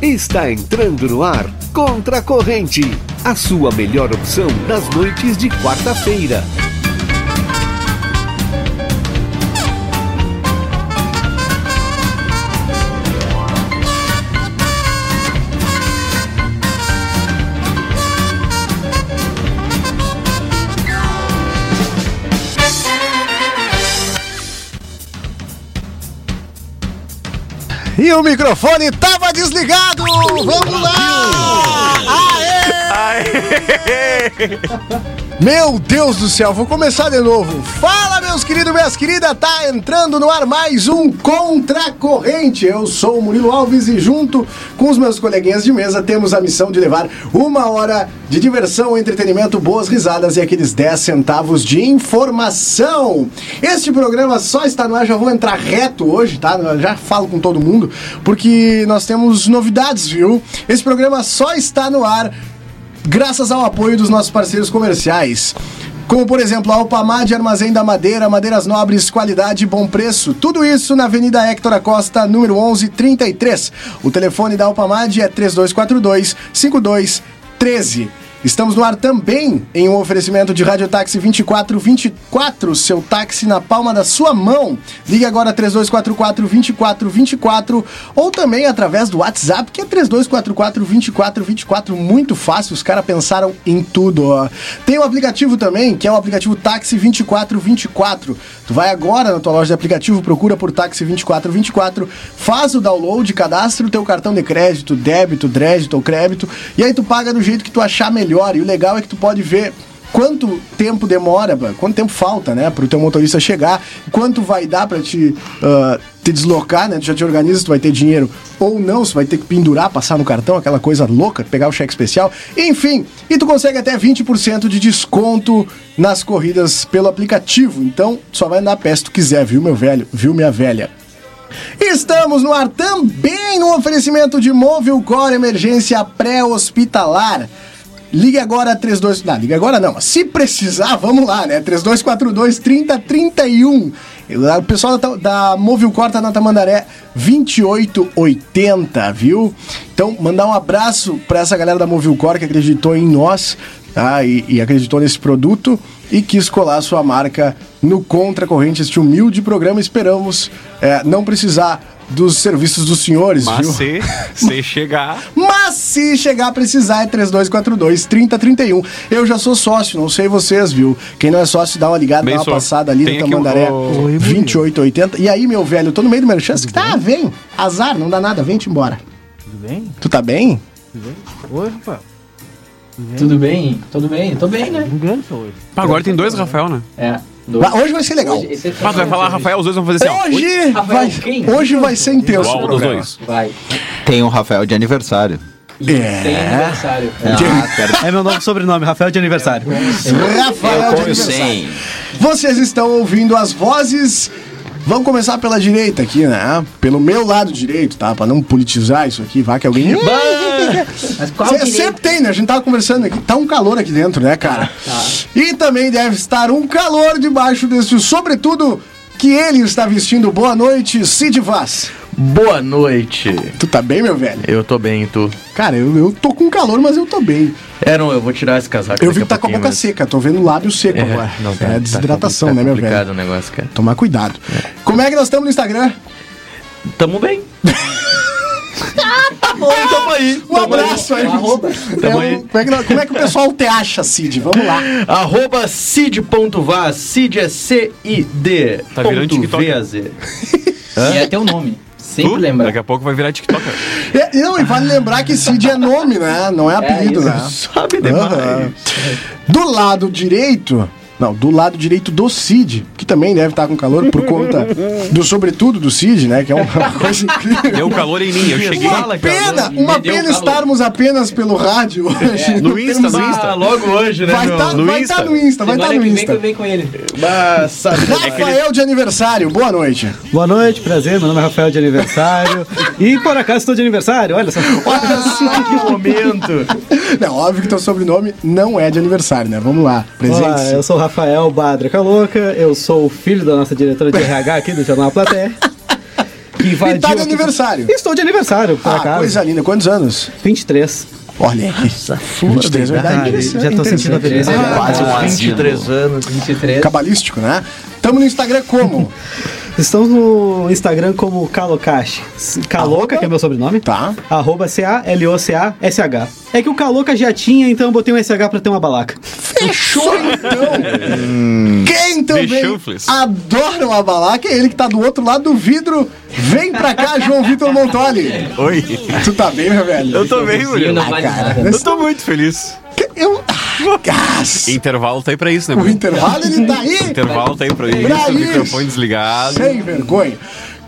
Está entrando no ar Contra a Corrente, a sua melhor opção nas noites de quarta-feira. E o microfone tava desligado! Vamos lá! Aê! Meu Deus do céu, vou começar de novo. Fala, meus queridos, minhas queridas, tá entrando no ar mais um Contra a Corrente. Eu sou o Murilo Alves e junto com os meus coleguinhas de mesa temos a missão de levar uma hora de diversão, entretenimento, boas risadas e aqueles 10 centavos de informação. Este programa só está no ar, já vou entrar reto hoje, tá? Eu já falo com todo mundo, porque nós temos novidades, viu? Esse programa só está no ar graças ao apoio dos nossos parceiros comerciais. Como, por exemplo, a Alpamad Armazém da Madeira, madeiras nobres, qualidade e bom preço. Tudo isso na Avenida Héctor Acosta, número 1133. O telefone da Alpamad é 3242-5213. Estamos no ar também em um oferecimento de Rádio Táxi 2424, seu táxi na palma da sua mão. Ligue agora 3244-2424 ou também através do WhatsApp, que é 3244-2424. Muito fácil, os caras pensaram em tudo. Ó. Tem o aplicativo também, que é o aplicativo Táxi 2424. Tu vai agora na tua loja de aplicativo, procura por Táxi 2424, faz o download, cadastra o teu cartão de crédito, débito, crédito ou crédito, e aí tu paga do jeito que tu achar melhor. E o legal é que tu pode ver quanto tempo demora, quanto tempo falta, né, pro teu motorista chegar, quanto vai dar para te ah, te deslocar, né? Tu já te organiza, se tu vai ter dinheiro ou não, se vai ter que pendurar, passar no cartão, aquela coisa louca, pegar o cheque especial. Enfim, e tu consegue até 20% de desconto nas corridas pelo aplicativo. Então, só vai andar a pé se tu quiser, viu, meu velho? Viu, minha velha? Estamos no ar também no oferecimento de Móvel Core Emergência Pré-Hospitalar. Ligue agora 32. Não, ligue agora não. mas Se precisar, vamos lá, né? 3242 3031. O pessoal da, da Móvel Core tá na Tamandaré 2880, viu? Então, mandar um abraço para essa galera da Móvel Core que acreditou em nós tá? e, e acreditou nesse produto e quis colar sua marca no Contra Corrente, este humilde programa. Esperamos é, não precisar dos serviços dos senhores, Mas viu? se, se chegar, Mas se chegar a precisar, é 3242-3031. Eu já sou sócio, não sei vocês, viu? Quem não é sócio, dá uma ligada, Bem, dá uma sou. passada ali Tem no aqui um- Tamandaré o- 2880. E aí, meu velho, eu tô no meio do merchan. você que Tá, vem. Azar, não dá nada, vem-te embora. Tudo bem? Tu tá bem? Tudo bem? Oi, rapaz. Tudo bem? Tudo bem? Tô bem, né? Engano só hoje. Pá, agora tem dois Rafael, né? É. dois. Bah, Hoje vai ser legal. Hoje, esse é Pá, tu vai falar Rafael, os dois vão fazer assim, ó. Hoje Rafael, vai, quem? hoje vai ser intenso. o Qual um dos programa. dois? Vai. Tem um Rafael de aniversário. E É. Tem aniversário. Ah, pera- É meu novo sobrenome, Rafael de aniversário. Rafael de Eu aniversário. sei. Vocês estão ouvindo as vozes. Vamos começar pela direita aqui, né? Pelo meu lado direito, tá? Pra não politizar isso aqui, vá que alguém. Mas qual Cê- direito? sempre tem, né? A gente tava conversando aqui. Tá um calor aqui dentro, né, cara? E também deve estar um calor debaixo desse, sobretudo que ele está vestindo. Boa noite, Cid Vaz. Boa noite. Tu tá bem, meu velho? Eu tô bem, e tu? Cara, eu, eu tô com calor, mas eu tô bem. É, não, eu vou tirar esse casaco. Eu daqui vi que tá com a pouquinho, boca mas- seca, tô vendo o lábio seco É, agora. não, tá- é tá desidratação, compli- né, meu tá complicado velho? o negócio, cara. Tomar cuidado. Como é que nós estamos no Instagram? Tamo bem. tá bom, tamo aí. Um abraço aí. Arroba. É, Tamo um- aí. como, é que, como é que o pessoal te acha, Cid? Vamos lá. Arroba cid.vaz, cid é C-I-D. Tá virando ponto TikTok. VAZ. E é teu nome. Sempre Tu? Daqui lembra. a pouco vai virar TikToker. E, É, não, e vale lembrar que Cid é nome, né? Não é apelido, isso. né? Sabe demais. Aham. Do lado direito. Não, do lado direito do Cid, que também deve estar com calor por conta do sobretudo do Cid, né? Que é uma coisa incrível. Deu calor né? em mim, eu cheguei. Fala, cara. Pena, Me uma deu pena calor. estarmos apenas pelo rádio hoje. É. No Insta, no Insta. Ah, logo hoje, né, Vai meu? estar no vai Insta. tá no Insta, vai estar no Semana que vem que Insta. eu venho com ele. Mas sabe demais. Rafael de aniversário, boa noite. Boa noite, prazer. Meu nome é Rafael de aniversário. E por acaso estou de aniversário, olha só. Olha só. Que momento. Não, óbvio que teu sobrenome não é de aniversário, né? Vamos lá, Olá, eu presente. sou o Rafael Badra Calouca, eu sou o filho da nossa diretora de RH aqui do Jornal Platéia. que invadiu. E tá de aqui. aniversário. Estou de aniversário, por Ah, acaso. coisa linda. Quantos anos? 23. Olha aí. Nossa, 23 é uma idade já tô interessante. sentindo a beleza. Ah, Quase um asino. 23 anos. 23. Cabalístico, né? Tamo no Instagram como? Estamos no Instagram como Calocache. Caloca, que é meu sobrenome. Tá. Arroba C-A-L-O-C-A-S-H. É que o Caloca já tinha, então eu botei um SH pra ter uma balaca. Fechou então! Hum. Quem também Chufles. adora uma balaca é ele que tá do outro lado do vidro. Vem pra cá, João Vitor Montoli. Oi. Tu tá bem, meu velho? Eu tô bem, Sim, Murilo. não vale cara. nada. Eu tô muito feliz. Eu. Ah, gás. Intervalo tá aí pra isso, né? O Murilo? intervalo ele tá aí. Intervalo tá aí pra Pra isso. isso. Microfone desligado. Sem vergonha.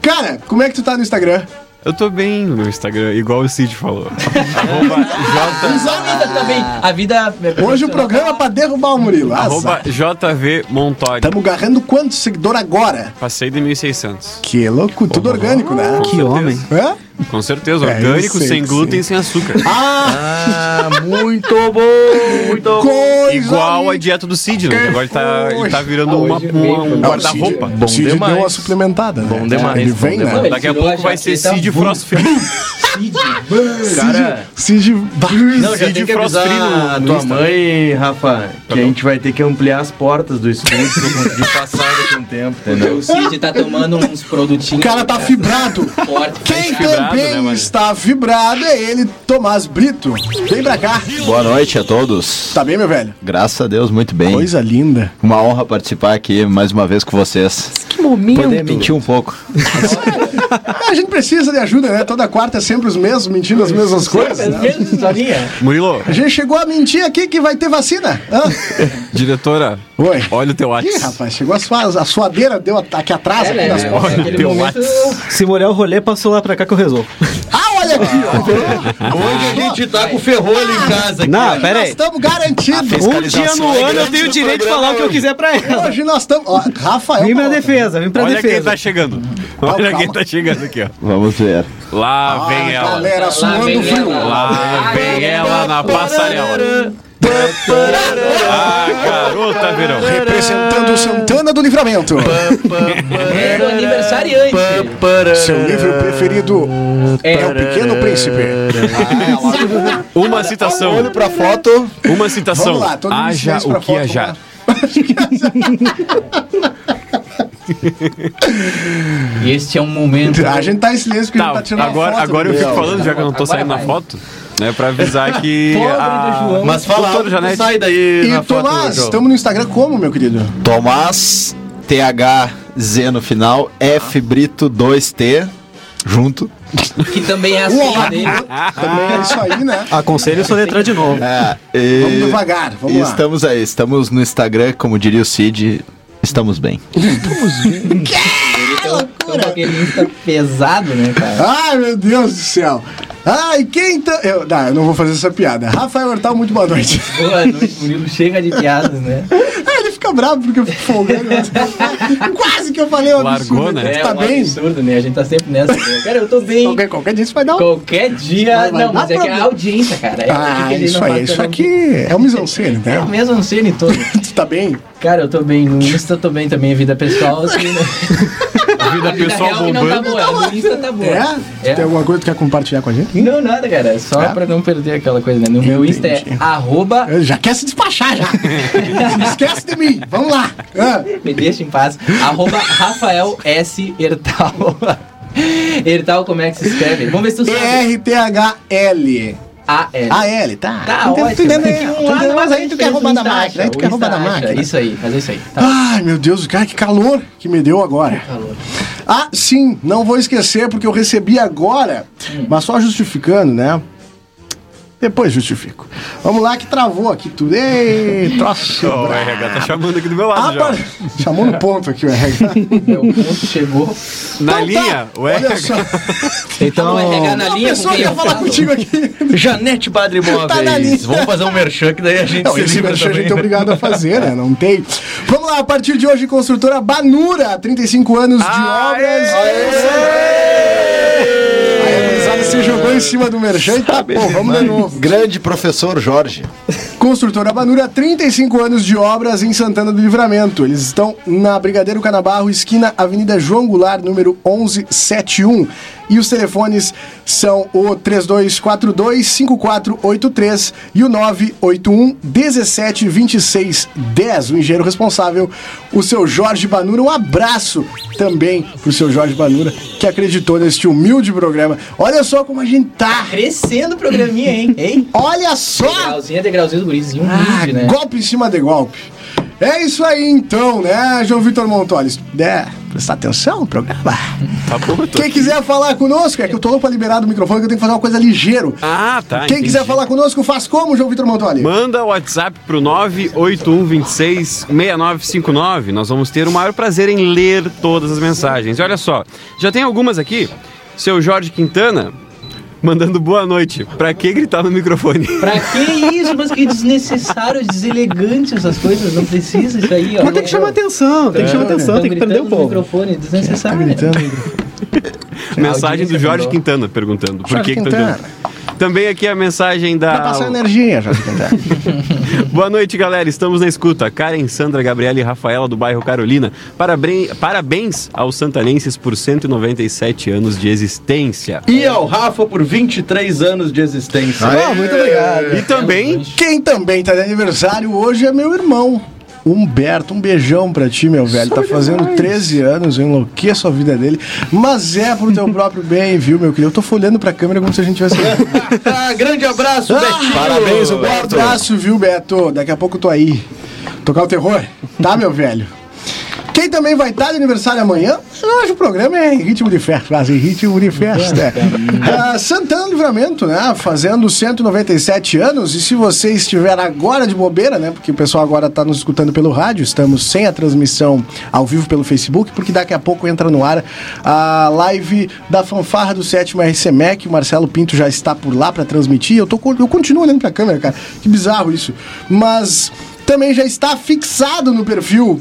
Cara, como é que tu tá no Instagram? Eu tô bem no Instagram, igual o Cid falou. Arroba Mas a vida também. A vida. é Hoje o programa é pra derrubar o Murilo. Ah, J, arroba JV Montori. Tamo agarrando quanto seguidor agora? Passei de 1.600. Que louco, tudo orgânico, né? Que homem. Hã? Com certeza, É, eu orgânico, sei sem que glúten, sem açúcar. Ah, Ah, muito bom, muito bom. coisa Igual a linda. dieta do Cid, né? Agora ele tá, ele tá virando uma, hoje uma- um Não, o guarda-roupa. Cid- O Cid demais. deu uma suplementada. né? Bom demais, Ele bom vem, demais. né? Ele Daqui a tirou pouco a vai ser jaqueta, Cid bum. Frost Free. Cara, Cid. Bah, não, já Cid tem que Frost avisar Free no- a no tua né? Insta. mãe, Rafa, Tá que a gente vai ter que ampliar as portas do estúdio pra eu conseguir passar daqui a um tempo, entendeu? O Cid tá tomando uns O produtinhos. cara tá fibrado. forte. Quem fechado. também né, mano? está vibrado é ele, Tomás Brito. Vem pra cá. Boa noite a todos. Tá bem, meu velho? Graças a Deus, muito bem. Coisa linda. Uma honra participar aqui mais uma vez com vocês. Que momento. Poder mentir um pouco. A gente precisa de ajuda, né? Toda quarta é sempre os mesmos mentindo as mesmas coisas. né? Mesmo historinha. Murilo, A gente chegou a mentir aqui que vai ter vacina. Hã? diretora, Oi. olha o teu Ih, WhatsApp. rapaz, chegou a, sua, a suadeira, deu ataque atrás É, aqui né? nas portas. Naquele Teu momento, Se molhar o rolê, passou lá pra cá que eu resolvo. Ah, olha aqui, ó. Hoje a gente tá com o ferrolho em casa aqui. Não, ó. pera Nós aí. estamos garantidos. Um dia no é ano eu grande tenho o no direito de falar o que né? eu quiser pra ela. Hoje nós estamos. Ó, Rafael. Vim pra Palota. defesa, vim pra Olha quem defesa. tá chegando. Calma, Ah, Olha quem calma. tá chegando aqui, ó. Vamos ver. Lá vem ela. Galera, suando vem frio. ela. Lá vem ela na passarela. Ah, garota verão. Representando o Santana do Livramento. é o aniversariante. Seu livro preferido é O Pequeno Príncipe. Uma citação. Olho pra foto. Uma citação. Vamos lá, todo mundo em Haja silêncio pra o que foto, né? hajar. E este é um momento. A gente tá em silêncio porque a Tá, gente tá tirando agora, uma foto. agora eu do fico Miguel. falando, já que eu não tô Agora saindo na vai. foto, né? Pra avisar que. Pobre a- do João. Mas fala, Doutor alto, Janete. sai daí é na E foto. Tomás, João. estamos no Instagram como, meu querido? Tomás THZ no final. F Brito 2T. Junto. Que também é a senha dele. Também é isso aí, né? Aconselho o soletrar de novo. É, Vamos e... devagar, vamos e lá. estamos aí, estamos no Instagram, como diria o Cid, estamos bem. Então, aquele Insta pesado, né, cara? Ai, meu Deus do céu. Ai, quem tá. Eu, não, eu não vou fazer essa piada. Rafael Hortal, muito boa noite. Boa noite, Murilo. Chega de piadas, né? Ah, ele fica bravo porque eu fico folgando. Quase que eu falei um absurdo. Largou, né? Tu tá um bem? absurdo, né? A gente tá sempre nessa. Né? Cara, eu tô bem. Qualquer, qualquer dia isso vai dar um. Qualquer dia. Vai, vai, Não, mas dá é que é problema. a audiência, cara. É Ah, que ele isso não aí. mata, Isso não. aqui é um misancene, É o né? mesmo cine todo. Tu tá bem? Cara, eu tô bem no Insta, tô bem também, vida pessoal. Assim, né? Vida A pessoal real que não tá bombando. boa, a do Insta tá boa. É? É. Tem alguma coisa que tu quer compartilhar com a gente? Não, nada, cara. Só É? pra não perder aquela coisa, né? No meu Insta é Entendi. arroba Eu já quer se despachar já. Esquece de mim. Vamos lá. Ah, me deixa em paz. Arroba Rafael S. Ertal. Ertal, como é que se escreve? Vamos ver se tu sabe. R-T-H-L. A-L. A-L, tá. Tá Entendo- ótimo. tu entendeu? Aqui, Tu um lado, entendeu? Mas a aí gente tu quer fez roubar um da Insta, máquina. Aí tu um quer Insta roubar da acha. máquina. Isso aí, mas é isso aí. Tá. Ai, meu Deus, cara, que calor que me deu agora. Calor. Ah, sim, não vou esquecer porque eu recebi agora, Hum. mas só justificando, né? Depois justifico. Vamos lá que travou aqui tudo. Ei, troço. Ó, o RH tá chamando aqui do meu Ah, lado já. par- Chamou no ponto aqui o RH. Meu ponto chegou. Na linha, o então tá. Olha RH. só, Então, é regar na a linha, pessoa com quem quer eu falar falo. contigo aqui. Janete Padre Móveis. Tá na linha. Vamos fazer um merchan que daí a gente Não, se esse livra merchan a também, gente é né? obrigado a fazer, né? Não tem. Vamos lá, a partir de hoje, construtora Banura, 35 anos de obras. Aí a gurizada se jogou em cima do merchan e tá, pô, vamos de novo. Grande professor Jorge. Construtora Banura, 35 anos de obras em Santana do Livramento. Eles estão na Brigadeiro Canabarro, esquina Avenida João Goulart, número 1171. E os telefones são o 3242-5483 e o 981-172610. O engenheiro responsável, o seu Jorge Banura. Um abraço também pro seu Jorge Banura, que acreditou neste humilde programa. Olha só como a gente tá. Crescendo o programinha, hein? Hein? Olha só! Degrauzinho é degrauzinho do gurizinho, Ah, humilde, né? golpe em cima de golpe. É isso aí então, né, João Vitor Montoles? É, presta atenção no programa. Tá bom, eu tô Quem aqui. quiser falar conosco, é que eu tô louco pra liberar do microfone que eu tenho que fazer uma coisa ligeiro. Ah, tá. Quem entendi. quiser falar conosco, faz como, João Vitor Montoli? Manda o WhatsApp pro 981266959. Nós vamos ter o maior prazer em ler todas as mensagens. E olha só, já tem algumas aqui. Seu Jorge Quintana mandando boa noite. Pra que gritar no microfone? Pra que isso? Mas que desnecessário, deselegante essas coisas. Não precisa isso aí, ó. Mas tem que chamar atenção, É. tem que chamar atenção, tem que prender o Estão gritando no povo. microfone, desnecessário. né? mensagem do audiência Jorge mandou. Quintana perguntando. Por Jorge que, que tá Quintana. Tá dizendo? Também aqui a mensagem da. Pra passar energia, João Vitor. Boa noite, galera. Estamos na escuta. Karen, Sandra, Gabriela e Rafaela do bairro Carolina. Parabren- Parabéns aos santanenses por 197 anos de existência. E ao Rafa por 23 anos de existência. Ah, muito obrigado. E também Quem também tá de aniversário hoje é meu irmão. Humberto, um beijão pra ti, meu velho. é tá fazendo 13 anos, eu enlouqueço a vida dele. Mas é pro teu próprio bem, viu, meu querido? Eu tô folhando pra câmera como se a gente tivesse. Ah, grande abraço, Betinho. Parabéns, Um Humberto. abraço, viu, Beto? Daqui a pouco eu tô aí. Tocar o terror, tá, meu velho? Quem também vai estar de aniversário amanhã? Hoje o programa é em ritmo de festa, quase em ritmo de festa. Ah, Santana Livramento, né? Fazendo 197 anos. E se você estiver agora de bobeira, né? Porque o pessoal agora está nos escutando pelo rádio, estamos sem a transmissão ao vivo pelo Facebook, porque daqui a pouco entra no ar a live da fanfarra do sétimo RCMEC. O Marcelo Pinto já está por lá para transmitir. Eu, tô, co- eu continuo olhando pra câmera, cara. Que bizarro isso. Mas também já está fixado no perfil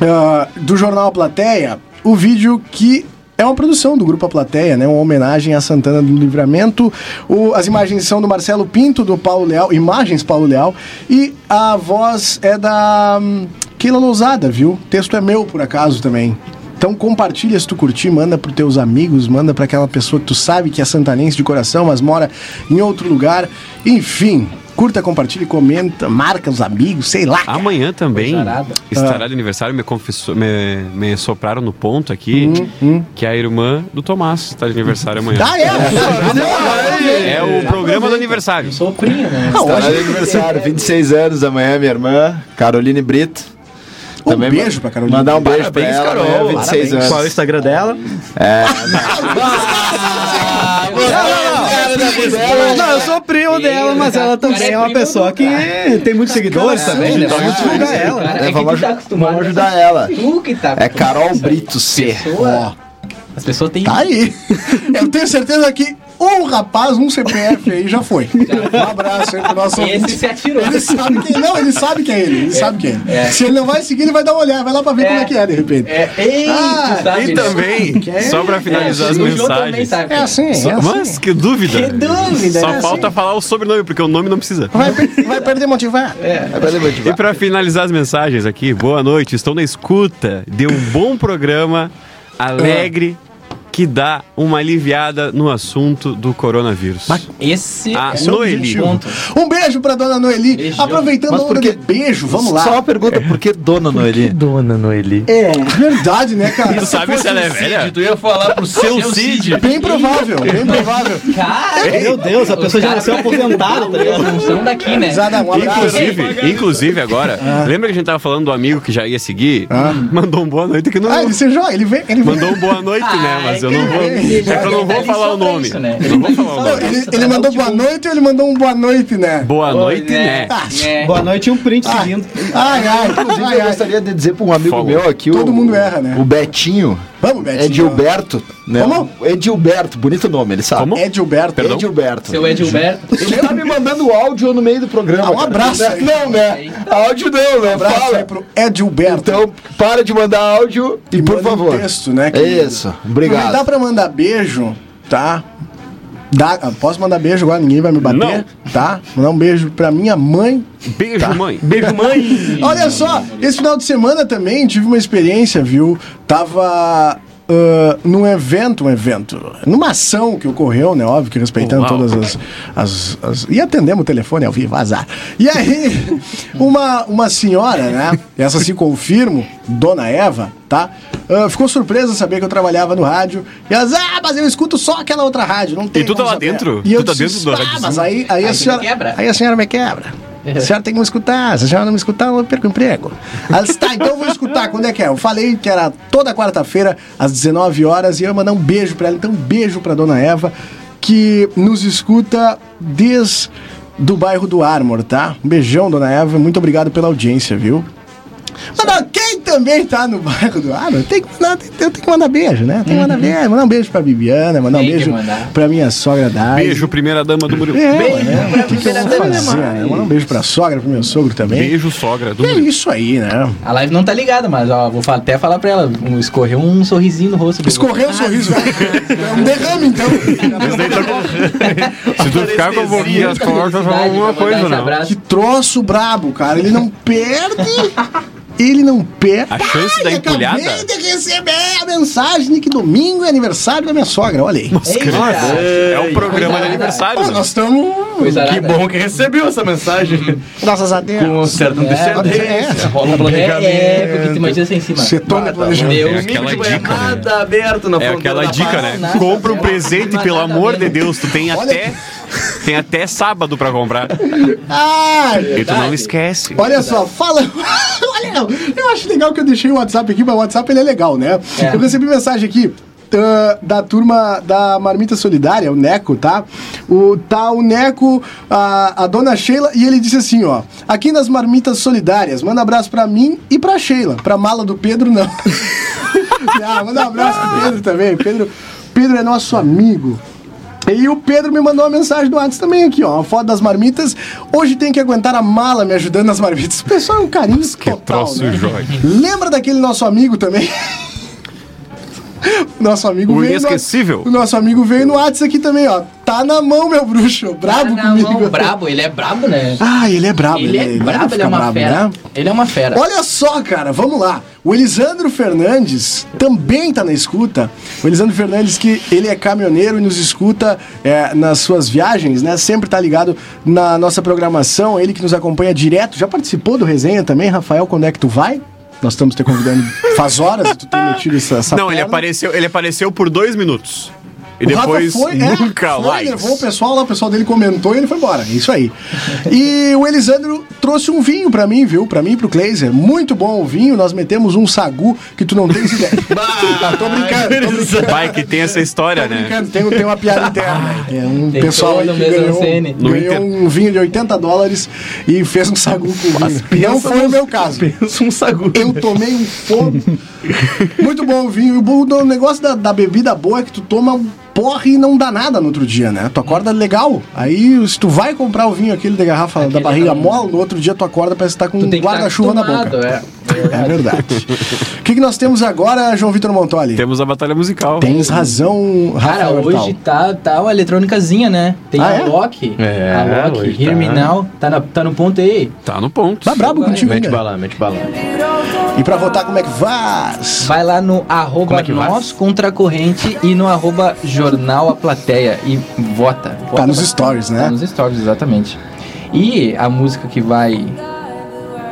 ah, do jornal A Plateia o vídeo que é uma produção do Grupo A Plateia, né? Uma homenagem a Santana do Livramento. O- as imagens são do Marcelo Pinto, do Paulo Leal, imagens Paulo Leal, e a voz é da hum, Keila Lousada, viu? O texto é meu, por acaso, também. Então compartilha se tu curtir, manda pros teus amigos, manda pra aquela pessoa que tu sabe que é santanense de coração, mas mora em outro lugar. Enfim, curta, compartilha, comenta, marca os amigos, sei lá. Ah, cara. amanhã também Coisarada. estará Ah. de aniversário. Me, confessou, me, me sopraram no ponto aqui que a irmã do Tomás está de aniversário amanhã. Hum, Ah, é? É o programa do aniversário. Soprinho, né? Ah, Tá hoje- de aniversário, 26 anos amanhã, minha irmã, Caroline Brito. Um beijo pra Caroline. Mandar um beijo Parabéns, pra ela, Carol. amanhã, 26 Parabéns. Qual é o anos. Instagram dela? Não, eu sou primo dela, mas ela também é uma pessoa que tem muitos seguidores também, né? Então, Vamos divulgar ela. Cara, é que vamos tu tá aj- acostumado vamos a ajudar essas- ela. Tu que tá É acostumado Carol com Brito C. essa pessoa. As pessoas têm. Tá aí. Eu tenho certeza que um rapaz, um CPF aí já foi. Um abraço aí pro nosso Esse ouvinte. se atirou. Ele sabe quem não, ele sabe quem é ele. Ele sabe quem é ele. É. Se ele não vai seguir, ele vai dar uma olhada, vai lá pra ver como é que é, de repente. É, ei, Ah, tu sabe, E né? É, também, só pra finalizar as o João também mensagens. sabe. É assim, Só- é Mas assim. que dúvida! Que dúvida, Só né? falta falar o sobrenome, porque o nome não precisa. Vai, per- vai perder motivado. E pra finalizar as mensagens aqui, boa noite, estão na escuta de um bom programa alegre que dá uma aliviada no assunto do coronavírus. Esse Ah, é o Noeli. ponto. Um beijo pra dona Noeli. Beijão. Aproveitando Mas a onda por quê? de beijo, vamos lá. Só uma pergunta, por que Dona Noeli? É verdade, né, cara? Tu sabe se ela é Cid, velha? tu ia falar pro seu Cid. Bem provável, bem provável. Cara, Meu Deus, a pessoa já nasceu aposentada, tá ligado? não são daqui, né? Zada, um abraço. Inclusive, inclusive agora, lembra que a gente tava falando do amigo que já ia seguir? Mandou um boa noite que não. Ah, ele se joga, ele vem. Ele, vem. Mandou um boa noite, né? Mas eu não vou. Ai, É que eu não cara, vou ele falar só o pra nome. isso, né? Eu não vou falar o Não, nome. ele, ele mandou boa noite ou ele mandou um boa noite, né? Boa noite, né? É. Boa noite e um print seguindo. Ai, ai, Ah, Inclusive, ai, eu ai. gostaria de dizer pra um amigo Follow. meu aqui, Todo o, mundo erra, né? o Betinho, Vamos, Betinho. Edilberto, né? Como? Edilberto, bonito nome, ele sabe. Como? Edilberto. Perdão? Edilberto. Seu Edilberto. Ele tá me mandando áudio no meio do programa. Ah, um cara. abraço aí. Não, né? Áudio não, né? Um abraço aí Fala. pro Edilberto. Então, para de mandar áudio e, E por manda um favor. texto, né, querido? Isso, obrigado. Aproveitar pra mandar beijo, tá? Dá- ah, posso mandar beijo agora? Ninguém vai me bater, Não. tá? Mandar um beijo pra minha mãe. Beijo, mãe. Beijo, mãe! Olha só, esse final de semana também tive uma experiência, viu? Tava ah, num evento, um evento, numa ação que ocorreu, né? Óbvio que respeitando Uau. todas as, as, as- E atendemos o telefone ao vivo, azar. E aí, uma, uma senhora, né? Essa se confirmo, Dona Eva, tá? Ah, ficou surpresa saber que eu trabalhava no rádio. E elas, ah, mas eu escuto só aquela outra rádio, não tem tu tá mais lá outra." dentro? E Tu eu tá dentro disse, do "Ah, rádiozinho?" mas aí, aí a Aí tu me senhora. quebra. É. Aí a senhora me quebra. A senhora tem que me escutar. Se a senhora não me escutar, eu perco o emprego. Ela disse, tá, então eu vou escutar. Quando é que é? Eu falei que era toda quarta-feira, às 19 horas, e eu ia mandar um beijo pra ela. Então, um beijo pra dona Eva, que nos escuta desde do bairro do Armor, tá? Um beijão, dona Eva. Muito obrigado pela audiência, viu? Mas não, quem também tá no bairro do Armor, tem que mandar, tem, tem que mandar beijo, né? Tem que mandar beijo. Mandar um beijo pra Bibiana, mandar Uhum. Tem um que beijo mandar. pra minha sogra Dai. Beijo, primeira dama do Murilo. É, né? O que que eu vou fazer, né? Mandar um beijo pra sogra, pro meu sogro também. Beijo, sogra do É Murilo. isso aí, né? A live não tá ligada, mas ó, vou fa- até falar pra ela. um- Escorreu um sorrisinho no rosto. dele. Escorreu o sorriso. É um derrame, então. Se tu ficar com a boquinha nas costas, Felicidade fala alguma pra mandar coisa, esse não. abraço. Que troço brabo, cara. Ele não perde. Ele não perde. A chance da Ai, empulhada? Acabei de receber a mensagem que domingo é aniversário da minha sogra. Olha aí. Eita! É o programa de Coisa aniversário. Pô, né? nós estamos. Coisa Que arada. bom que recebeu essa mensagem. Um Graças a Deus. Com certa Uhum. é, antecedência. Rola É, um é, porque tu planejamento. imagina isso em cima. Você toma planejamento. Deus É aquela Tipo, dica, né? errada, aberto na É fronteira aquela da dica, paz. né? nada, Compra um zero. presente, Mas pelo nada amor de mesmo. Deus. Tu tem até. Tem até sábado pra comprar. Ai, E tu não esquece. Olha só, fala. Olha, eu acho legal que eu deixei o WhatsApp aqui, mas o WhatsApp ele é legal, né? É. Eu recebi mensagem aqui. ah, da turma da Marmita Solidária, o Neco, tá? O, tá o Neco, a, a dona Sheila, e ele disse assim: ó, aqui nas Marmitas Solidárias, manda abraço pra mim e pra Sheila. Pra mala do Pedro, não. ah, manda um abraço pro Pedro também. Pedro, Pedro é nosso amigo. E o Pedro me mandou uma mensagem do WhatsApp também aqui, ó. Uma foto das marmitas. Hoje tem que aguentar a mala me ajudando nas marmitas. O pessoal é um carinho Que total, troço, né? Jorge. Lembra daquele nosso amigo também? Nosso amigo O veio. inesquecível. No, o nosso amigo veio no WhatsApp aqui também, ó. Tá na mão, meu bruxo. Brabo Tá na comigo. mão, brabo, ele é brabo, né? Ah, ele é brabo. Ele é não brabo, pra ele é ficar uma fera. né? Ele é uma fera. Olha só, cara, vamos lá. O Elisandro Fernandes também tá na escuta. O Elisandro Fernandes, que ele é caminhoneiro e nos escuta é, nas suas viagens, né? Sempre tá ligado na nossa programação. Ele que nos acompanha direto. Já participou do resenha também, Rafael, quando é que tu vai? Nós estamos te convidando faz horas e tu tem metido essa, essa Não, ele perna. apareceu, ele apareceu por dois minutos. E O Rafa depois nunca foi, mais. levou o pessoal lá, o pessoal dele comentou e ele foi embora. É Isso aí. E o Elisandro trouxe um vinho pra mim, viu? Pra mim e pro Kleiser. Muito bom o vinho. Nós metemos um sagu que tu não tens ideia. tô brincando, tô brincando. Vai que tem essa história, Tô né? Tá brincando, tem, tem uma piada interna. aí. Tem um Tem pessoal aí todo que mesmo ganhou, cene. No ganhou Inter. um vinho de 80 dólares e fez um sagu com vinho. Não foi o meu caso. Pensa um sagu. Eu tomei um fogo. Muito bom o vinho. E o bom do- O negócio da, da bebida boa é que tu toma um porre e não dá nada no outro dia, né? Tu acorda legal. Aí, se tu vai comprar o vinho aquele da garrafa da Aquele barriga da- mola, no outro dia tu acorda parece que tá com Tu um tem que guarda-chuva estar na boca. acostumado, É verdade. O que, que nós temos agora, João Vitor Montoli? Temos a batalha musical. Tens razão, Cara, Rafael hoje Hertal. tá, tá uma eletrônicazinha, né? Tem Ah, a é? Loki. É, a Loki, hoje Hear Me tá. Now. Tá, na- tá no ponto aí. Tá no ponto. Tá brabo contigo, Mete ainda. bala, mete bala. E pra votar, como é que faz? Vai lá no arroba é que vai? nós contra a corrente e no arroba jornal a plateia e vota. Vota Tá nos bastante. stories, né? Tá nos stories, exatamente. E a música que vai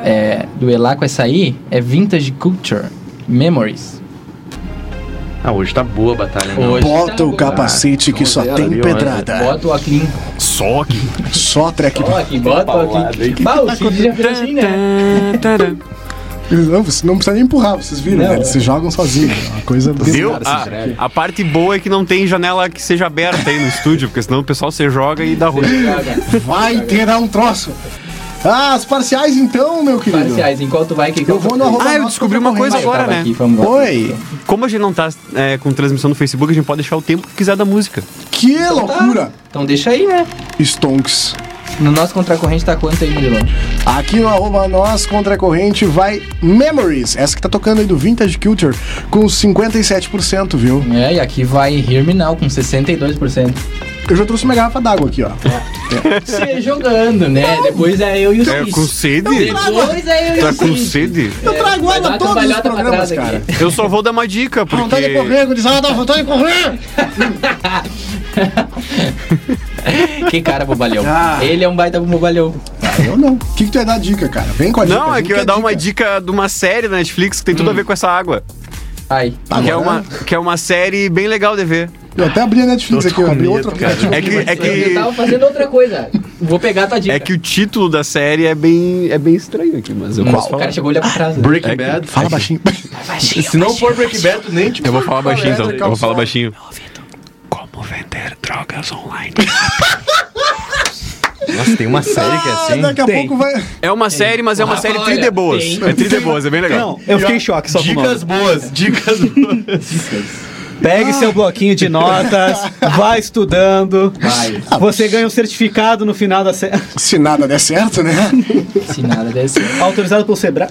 é, duelar com essa aí é Vintage Culture Memories. Ah, hoje tá boa a batalha. né? Hoje Bota tá o bom. capacete que só zero tem ali, ó. pedrada. Bota o Aclean. Só que. Só track. Loki, bota o Aclean. Bah, o Cid já fez assim, né? é. Eles Não, você não precisa nem empurrar, vocês viram, né? Eles se jogam sozinhos. É uma coisa Viu? bizarra. A, a parte boa é que não tem janela que seja aberta aí no estúdio, porque senão o pessoal se joga e dá ruim. Vai ter um troço. Ah, as parciais então, meu querido. Parciais, enquanto vai que Eu vou no arroba Ah, eu nosso descobri uma concorrente. coisa agora, né? vamos lá. Oi, Como a gente não tá é, com transmissão no Facebook, a gente pode deixar o tempo que quiser da música. que loucura. Então deixa aí, né? Stonks. No nosso contracorrente tá quanto aí, Murilão? Aqui no arroba nós, contra a corrente, vai Memories. Essa que tá tocando aí do Vintage Culture com 57%, viu? É, e aqui vai Hear Me Now com 62%. Eu já trouxe uma garrafa d'água aqui, ó. Você jogando, né? Depois é eu e o É Cis. com sede? Depois é eu e o Tá com Cis. sede? Eu trago vai dar ela uma todos os cambalhota pra programas, trás aqui. cara. Eu só vou dar uma dica, Vontade de porque. correr, gurizada, dá vontade de correr! Que cara bobalhão. Ah. Ele é um baita bobalhão. Ah, eu não. O que, que tu ia dar dica, cara? Vem com a Tá dica. Não, é vem que eu com a ia dar uma dica de uma série da Netflix que tem tudo a ver com essa água. Ai. Que é, Agora- uma, que é uma série bem legal de ver. Eu até abri a Netflix aqui, eu abri outro aplicativo. É que, é Eu tava que, fazendo outra coisa. Vou pegar a tua dica. é que o título da série é bem, é bem estranho aqui, mas eu posso O falar. cara chegou a olhar pra trás. né? Breaking Bad. Fala baixinho. Se não for Breaking Bad, tu nem te Eu vou falar baixinho, então. Eu vou falar baixinho. Nossa, tem uma série que é Ah, assim. daqui a pouco vai. É uma série, mas é uma série olha, 3D boas. tem- É 3D boas, é bem legal. Não, eu fiquei em choque só com o nome. Dicas boas, dicas boas. Pegue seu bloquinho de notas, vai estudando. Vai. Você ganha um certificado no final da série. Se nada der certo, né? Se nada desse. Autorizado pelo Sebrae.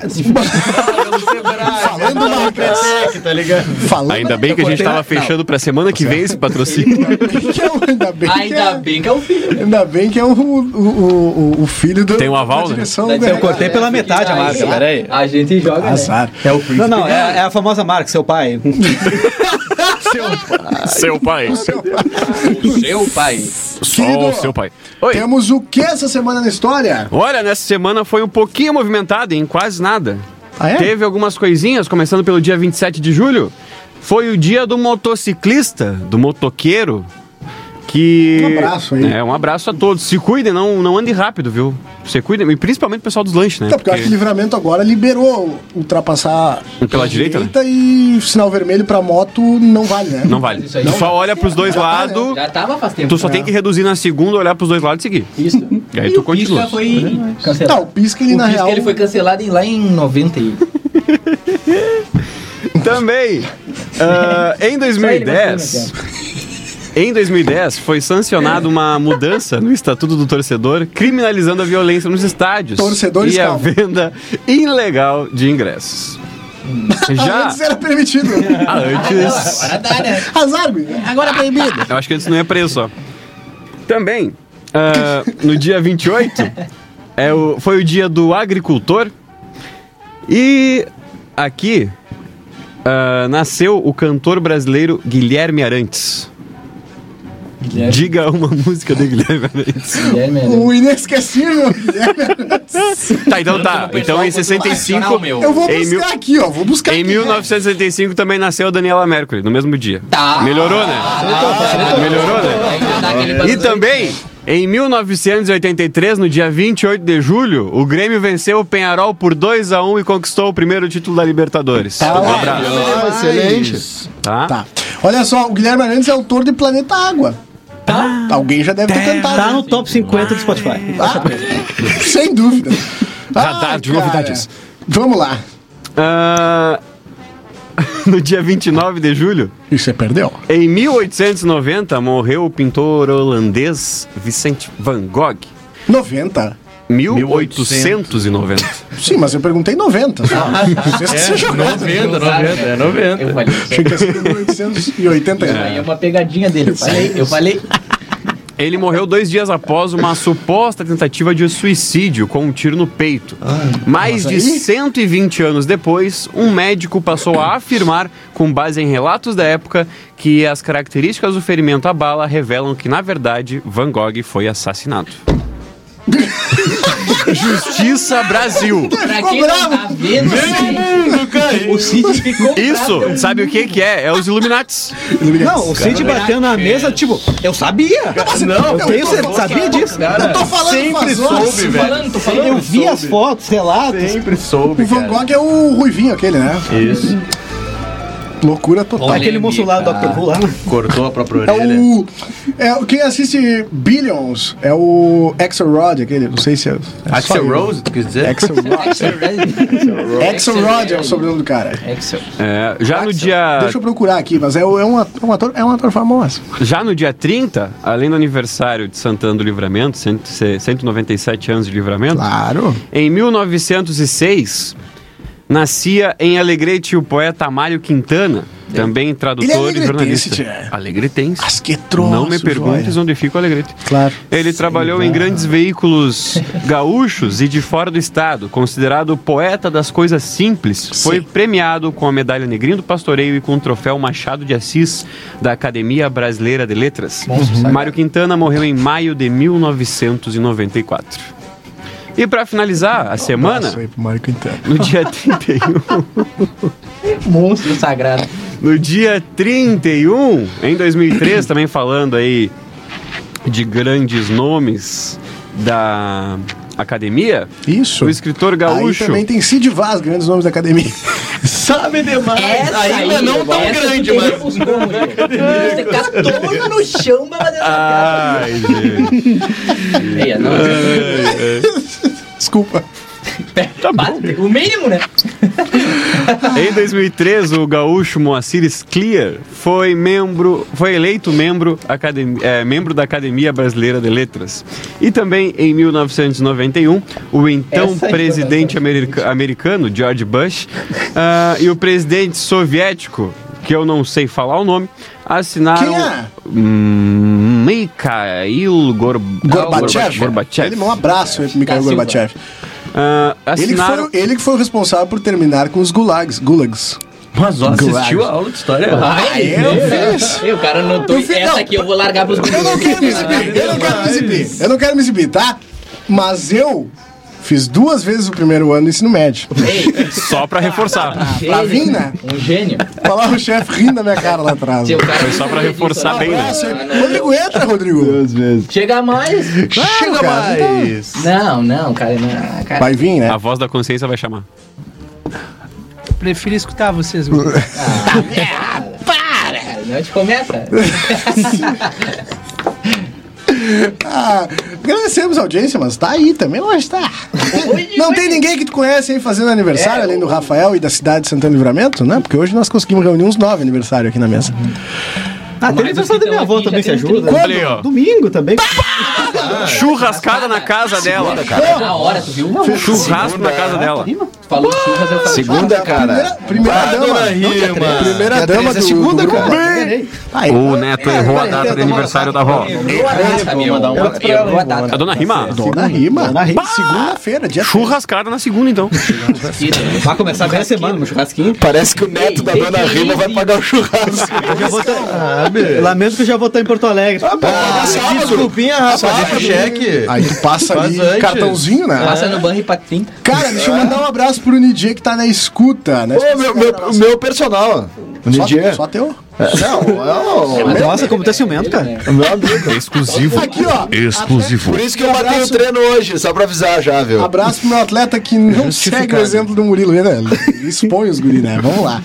Falando marcas. tá ligado? Falando Ainda bem que a gente tava fechando pra semana que é vem um esse patrocínio. que é o- Ainda bem que Ainda é, bem que é o filho. ainda bem que é o, o, o, o filho do. Tem um aval, da né? direção, Daí né? você cortei pela é, metade a aí, marca, peraí. A gente joga, né? Azar. É o príncipe. Não, não, é, é a famosa marca, seu pai. seu pai. Seu pai. Só o seu pai. Oi. Temos o que essa semana na história? Olha, nessa semana foi um pouquinho movimentada em quase nada. Ah, é? Teve algumas coisinhas, começando pelo dia 27 de julho. Foi o dia do motociclista, do motoqueiro, que... Um abraço aí. É, um abraço a todos. Se cuidem, não, não andem rápido, viu? Se cuidem, e principalmente o pessoal dos lanches, né? Até Tá, porque eu acho que o livramento agora liberou ultrapassar Pela direita, tá né? e sinal vermelho pra moto não vale, né? Não vale. Isso aí. Tu só olha pros dois Já É. tá, né? lados, Já tava faz tempo. tu só tem que reduzir na segunda, olhar pros dois lados e seguir. Isso. E aí E tu o Pisca continua. foi Tá, cancelado. o pisca ele O na Pisca, real. ele foi cancelado em- lá em 90 e... Também, ah, em Só ele 2010... Em 2010, foi sancionada uma mudança no Estatuto do Torcedor, criminalizando a violência nos estádios Torcedores, e a calma. venda ilegal de ingressos. Hum. Já Antes era permitido. ah, antes, Agora dá, né? Azar, bicho. Agora proibido. eu acho que antes não ia preso, ó. Também, ah, no dia 28, é o, foi o dia do agricultor e aqui ah, nasceu o cantor brasileiro Guilherme Arantes. Diga uma música do Guilherme Arantes. Guilherme, né? O inesquecível. Guilherme Arantes. Tá, então tá. Então em Nacional, 65. meu. Eu vou Em buscar mil- aqui, ó. Vou buscar Em aqui. 1965 também nasceu a Daniela Mercury, no mesmo dia. Tá. Melhorou, né? Melhorou, né? Ainda dá aquele E barulho. também, em 1983, no dia 28 de julho, o Grêmio venceu o Penharol por 2 a 1 e conquistou o primeiro título da Libertadores. um abraço. Ah, excelente. Tá? Tá. Olha só, o Guilherme Arantes é autor de Planeta Água. Tá? Alguém já deve ter cantado. Tá no top 50 do Spotify. Ah, sem dúvida. Já tá Ai, de cara. novidades. Vamos lá. Ah, no dia 29 de julho, E você perdeu? em 1890, morreu o pintor holandês Vicente Van Gogh. 90. 1890. Sim, mas eu perguntei 90. só. Vocês que se jogaram. 90, 90, é 90. né? Eu falei. Achei que ia ser 1880. Aí é uma pegadinha dele. Eu falei, eu falei Ele morreu dois dias após uma suposta tentativa de suicídio com um tiro no peito. Ah, Mais de 120 anos depois, um médico passou a afirmar, com base em relatos da época, que as características do ferimento à bala revelam que, na verdade, Van Gogh foi assassinado. Justiça Brasil! pra Ficou quem bravo. não tá vendo, assim, o Cid ficou Isso, sabe o que que é? É os Illuminates. Não, o Cid bateu na mesa, tipo, eu sabia. Não, Eu tenho, cer- sabia disso. Eu tô falando Sempre faz horas. soube, velho. falando, tô Eu falando. vi as fotos, relatos. Sempre soube, O Van cara. Gogh é o Ruivinho aquele, né? Isso. Loucura total. Tá aquele moço lá do Dr. Who lá. Cortou a própria É orelha. o. É, o- quem assiste Billions é o Axelrod, aquele. Não sei se é. é só É Axel ele. Rose, tu quis dizer? Axelrod. Axelrod é o sobrenome do cara. Excel. É, já no dia... Deixa eu procurar aqui, mas é, o- é um ator, é um ator, é um ator famoso. Já no dia 30, além do aniversário de Santana do Livramento, 100 e- 197 anos de livramento, Claro. em 1906, nascia em Alegrete o poeta Amário Quintana, Também tradutor Ele é e jornalista. alegretense, tchê. Alegretense. Mas que troço, Não me perguntes joia. onde fica o Alegrete. Claro. Ele trabalhou em grandes veículos gaúchos e de fora do estado, considerado poeta das coisas simples. Foi premiado com a medalha Negrinho do Pastoreio e com o troféu Machado de Assis da Academia Brasileira de Letras. Mário Quintana morreu em maio de 1994. E para finalizar a semana, Isso aí pro Mário Quintana. no dia 31, Monstro sagrado. No dia 31, em 2003, também falando aí de grandes nomes da academia, Isso. o escritor Aí gaúcho. também tem Cid Vaz, grandes nomes da academia. Sabe demais! Ainda é não tão grande, mas. né? Você catou no chão, mas Ai, gente. não, Desculpa. tá O mínimo, né? Em 2003, o gaúcho Moacir Scliar foi membro, foi eleito membro, academ- eh, membro da Academia Brasileira de Letras. E também em 1991, o então Essa é a né? presidente america- americano George Bush ah, e o presidente soviético, que eu não sei falar o nome, assinaram Quem é? Hum, Mikhail Gor- Gorbachev. Gorbachev. Ele, um abraço aí pro Mikhail Da Silva. Gorbachev. Ah, Ele que, assinaram foi, ele que foi o responsável por terminar com os gulags. Gulags. Mas ó, assistiu a aula de história? Ai, Ah, é? eu fiz. Ei, o cara não tô. Eu fiz, não. Essa aqui eu vou largar pros Eu não quero me meninos. exibir, eu não quero me exibir, eu não quero me exibir, tá? Mas eu fiz duas vezes o primeiro ano do ensino médio. só pra reforçar. Pra vir, né? Um gênio. Falar o chefe rindo da minha cara lá atrás. Seu um cara Ah, Foi só pra reforçar bem, né? Nossa, Rodrigo, entra, Rodrigo. Chega mais. Chega, cara. Não, não, cara, não. Cara, Vai vir, né? A voz da consciência vai chamar. Prefiro escutar vocês. mano. cara, não te começa. Ah, agradecemos a audiência, mas tá aí também, lógico, tá. Não tem ninguém que tu conhece aí fazendo aniversário, além do Rafael e da cidade de Santana Livramento, né? Porque hoje nós conseguimos reunir uns nove aniversários aqui na mesa. Ah, tem aniversário da minha avó também, que ajuda. Olha aí, ó. Domingo também. É. Churrascada na casa dela. Na hora, tu viu? Churrasco na é. casa dela. Tu falou churras, eu falei. Segunda, cara. Primeira, primeira dama. Rima. Primeira dama do, segunda, do grupo. cara. Aí, O neto errou a data de aniversário da avó. Errou a data, meu. um Errou a data. A dona Rima? Dona Rima. Dona Rima. Segunda-feira, dia Churrascada na segunda, então. Vai começar bem a semana, um meu churrasquinho. Parece que o neto da dona Rima vai pagar o churrasco. Eu já vou tá... Lamento que eu já vou estar em Porto Alegre. Ah, sábado. Desculpinha, rapaz. Sábado. cheque. Aí tu passa ali, Faz antes. cartãozinho, né? Passa no banho e pra 30. Cara, deixa eu mandar um abraço pro Nidia que tá na escuta, né? Ô, meu, meu, meu personal. O só, Nidia. só teu. Não, é o- Nossa, como tá ciumento, cara. é o meu amigo. Exclusivo. Aqui, ó. Exclusivo. Por isso que eu matei o treino hoje, só pra avisar já, viu? Abraço pro meu atleta que não segue o exemplo do Murilo, né? Ele Expõe os guri, né? Vamos lá.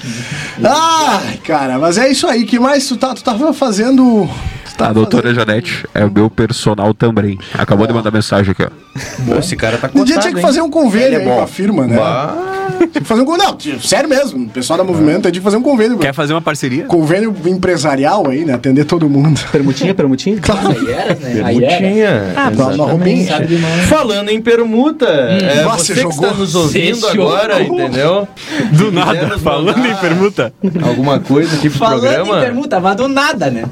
Ai, cara, mas é isso aí. que mais tu tá? Tu tava fazendo. Tá, a doutora Janete é o meu personal também. Acabou de mandar mensagem aqui, ó. Esse cara tá Nidia tinha que fazer um convênio aí bom. com a firma, né? Tinha que fazer um convênio. Não, tinha- sério mesmo. O pessoal da movimento aí tinha que fazer um convênio. Quer fazer uma parceria? Convênio empresarial aí, né? Atender todo mundo. Permutinha, permutinha. Aí era, né? Aí era. Ah, Dá uma roupinha. Sabe demais. Falando em permuta, é Nossa, você que jogou. está nos ouvindo Você agora, jogou. entendeu? Do Se quiser nada, nos falando mandar em permuta. Alguma coisa aqui pro Falando em programa, permuta, mas do nada, né?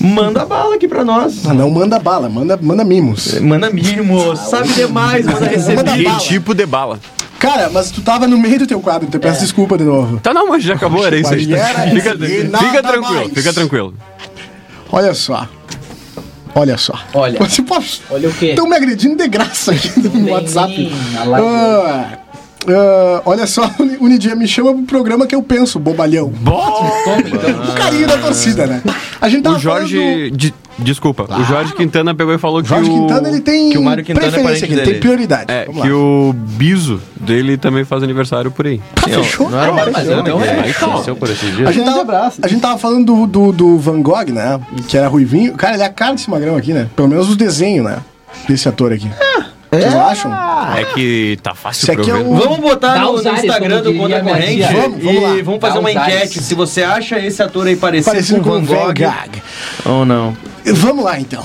manda bala aqui pra nós. Ah, não, manda bala, manda, manda mimos. Manda mínimo, sabe demais, manda receber. Que tipo de bala? Cara, mas tu tava no meio do teu quadro, então eu peço desculpa de novo. Tá, não, mas já acabou, era isso aí. Era isso, Fica, e fica nada tranquilo, mais. fica tranquilo. Olha só. Olha só. Olha. Você pode. Olha o quê? Estão me agredindo de graça aqui no bem, WhatsApp. na live. Ah, ah, olha só, o Nidia me chama pro programa que eu penso, bobalhão. O carinho da torcida, né? A gente tava O Jorge. de- desculpa, o Jorge Quintana pegou e falou que falando do Jorge o. Quintana, ele tem que o Mário Quintana é preferência parente aqui, ele tem dele. prioridade. É, Vamos que lá. o Biso dele também faz aniversário por aí. Tá, fechou? Não era mas eu não é, é, então. aconteceu por esses A dias. gente, Grande tava, abraço. a gente tava falando do, do, do Van Gogh, né? Que era ruivinho. Cara, ele é a cara desse magrão aqui, né? Pelo menos os desenhos, né? Desse ator aqui. Vocês não acham? Ah, É que tá fácil Isso aqui é pra eu ver. o... Vamos botar Dá no, os no ares, como Instagram do diria Conta a minha Corrente tia. Vamos, vamos lá. e vamos Dá fazer uma os ares. enquete. Se você acha esse ator aí parecido, Parecido com com Van o Van Gogh Gogh. ou não. Vamos lá, então.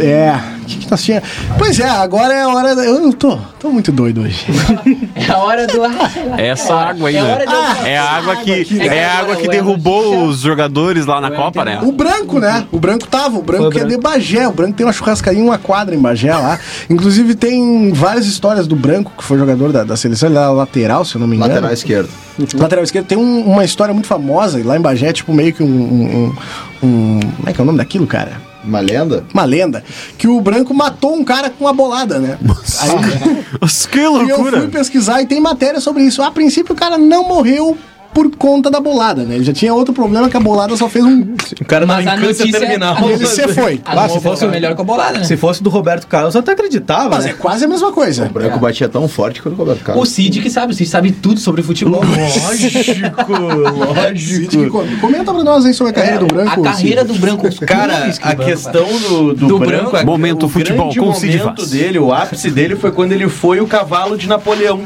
É, que, que nós tinha? Pois é, agora é a hora. da- Eu tô, tô muito doido hoje. É a hora do. Ah, sei lá. Essa água aí, É a né? hora de eu- É a água que, é a água que O derrubou os jogadores lá na Copa, né? O branco, né? O branco tava, o branco Foi o que é de branco. Bagé. O branco tem uma churrascaria, e uma quadra em Bagé lá. Inclusive tem várias histórias do branco, que foi jogador da, da seleção, ele era lateral, se eu não me engano. Lateral esquerdo. Lateral esquerdo tem um- uma história muito famosa, e lá em Bagé, tipo, meio que um, um- um- um- Como é que é o nome daquilo, cara? Uma lenda? Uma lenda. Que o branco matou um cara com uma bolada, né? Aí, Nossa, Que e eu fui loucura! pesquisar e tem matéria sobre isso. A princípio, o cara não morreu por conta da bolada, né? Ele já tinha outro problema que a bolada só fez um. O cara Mas a notícia é terminal. a E ele se foi. A Bah, Novo se fosse- foi melhor com a bolada, né? Se fosse do Roberto Carlos, eu até acreditava, Mas é né? quase a mesma coisa. É O branco batia tão forte que o Roberto O Carlos. Cid que sabe, o Cid sabe tudo sobre futebol. Lógico, Cid, que lógico. co- comenta pra nós aí sobre a carreira do branco. É, a carreira do branco. Cara, Isso que a branco, questão do, do, Do branco, branco. a- Momento o futebol grande com Cid momento Vaz. dele, o ápice dele foi quando ele foi o cavalo de Napoleão.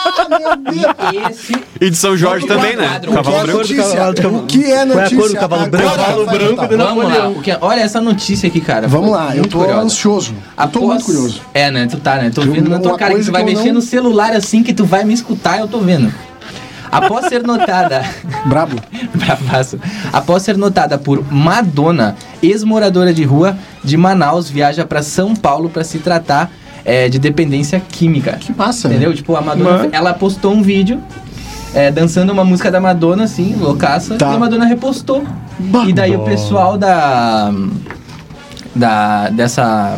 cara. Esse E de São Jorge Vamos também, lá, né? quadro. Cavalo O que é branco. notícia? do cavalo- O que é Qual é a notícia? cor do cavalo branco? Agora Cavalo vai branco voltar. de Vamos lá. Napoleão. o que- é? olha essa notícia aqui, cara. Vamos lá, eu Muito tô curiosa. ansioso. Eu tô muito curioso. É, né? Tu tá, né? Tô Eu- vendo na uma tua cara que coisa tu vai que eu mexer não- no celular assim que tu vai me escutar, eu tô vendo. Após ser notada. Brabo. Bravaço. Após ser notada por Madonna, ex-moradora de rua de Manaus, viaja pra São Paulo pra se tratar é, de dependência química. Que massa, né? Entendeu? Tipo, a Madonna, Mas- ela postou um vídeo é, dançando uma música da Madonna, assim, loucaça, Tá. e a Madonna repostou. Bah. E daí o pessoal da. Da. dessa.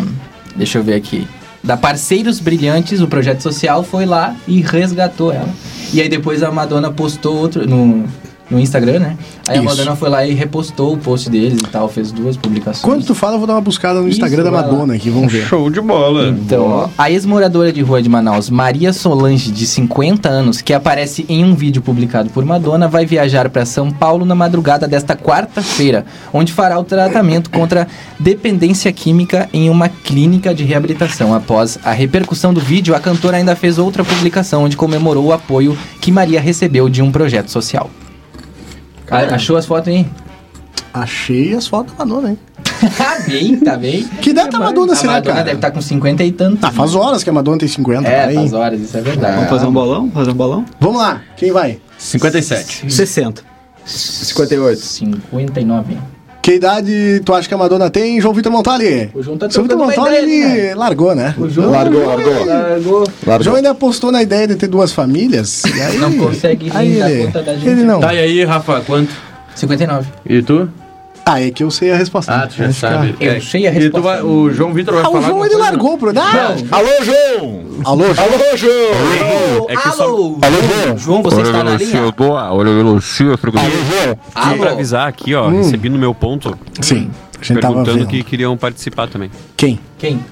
Deixa eu ver aqui. Da Parceiros Brilhantes, o projeto social, foi lá e resgatou ela. E aí depois a Madonna postou outro no, no Instagram, né? Aí a Isso. Madonna foi lá e repostou o post deles e tal, fez duas publicações. Quando tu fala, eu vou dar uma buscada no Isso, Instagram da vai lá. Madonna aqui, vamos ver. Show de bola. Então, ó, a ex-moradora de rua de Manaus, Maria Solange, de 50 anos, que aparece em um vídeo publicado por Madonna, vai viajar para São Paulo na madrugada desta quarta-feira, onde fará o tratamento contra dependência química em uma clínica de reabilitação. Após a repercussão do vídeo, a cantora ainda fez outra publicação onde comemorou o apoio que Maria recebeu de um projeto social. A- Achou as fotos aí? Achei as fotos da Madonna, hein? Tá bem, tá bem. Que data a Madonna a será, Madonna cara? deve estar com 50 e tantos. Ah, faz horas que a Madonna tem 50, É, peraí. faz horas, isso é verdade. Tá Vamos fazer um bolão? Fazer um bolão? Vamos lá, quem vai? 57. 60. 58. 59. Que idade tu acha que a Madonna tem, João Vitor Montali? O João tá João Vitor trocando uma Montali, ideia, ele largou, né? O João Largou, largou. largou. O João ainda apostou na ideia de ter duas famílias. E aí, Não consegue nem aí dar ele, conta da gente. ele não. Tá, e aí, Rafa, quanto? 59. E tu? Ah, é que eu sei a resposta. Ah, tu já Vai ficar- sabe. Eu sei a E tu resposta. vai, o João Vitor vai Ah, falar o João alguma ele coisa? largou o programa. Alô, João! Alô, João. Alô, João! É que só Alô, Alô, João! João, você está na Alô, linha? João! Só pra Alô. avisar aqui, ó, recebi no meu ponto, Sim, a gente Hum. tava perguntando vendo. que queriam participar também. Quem? Quem?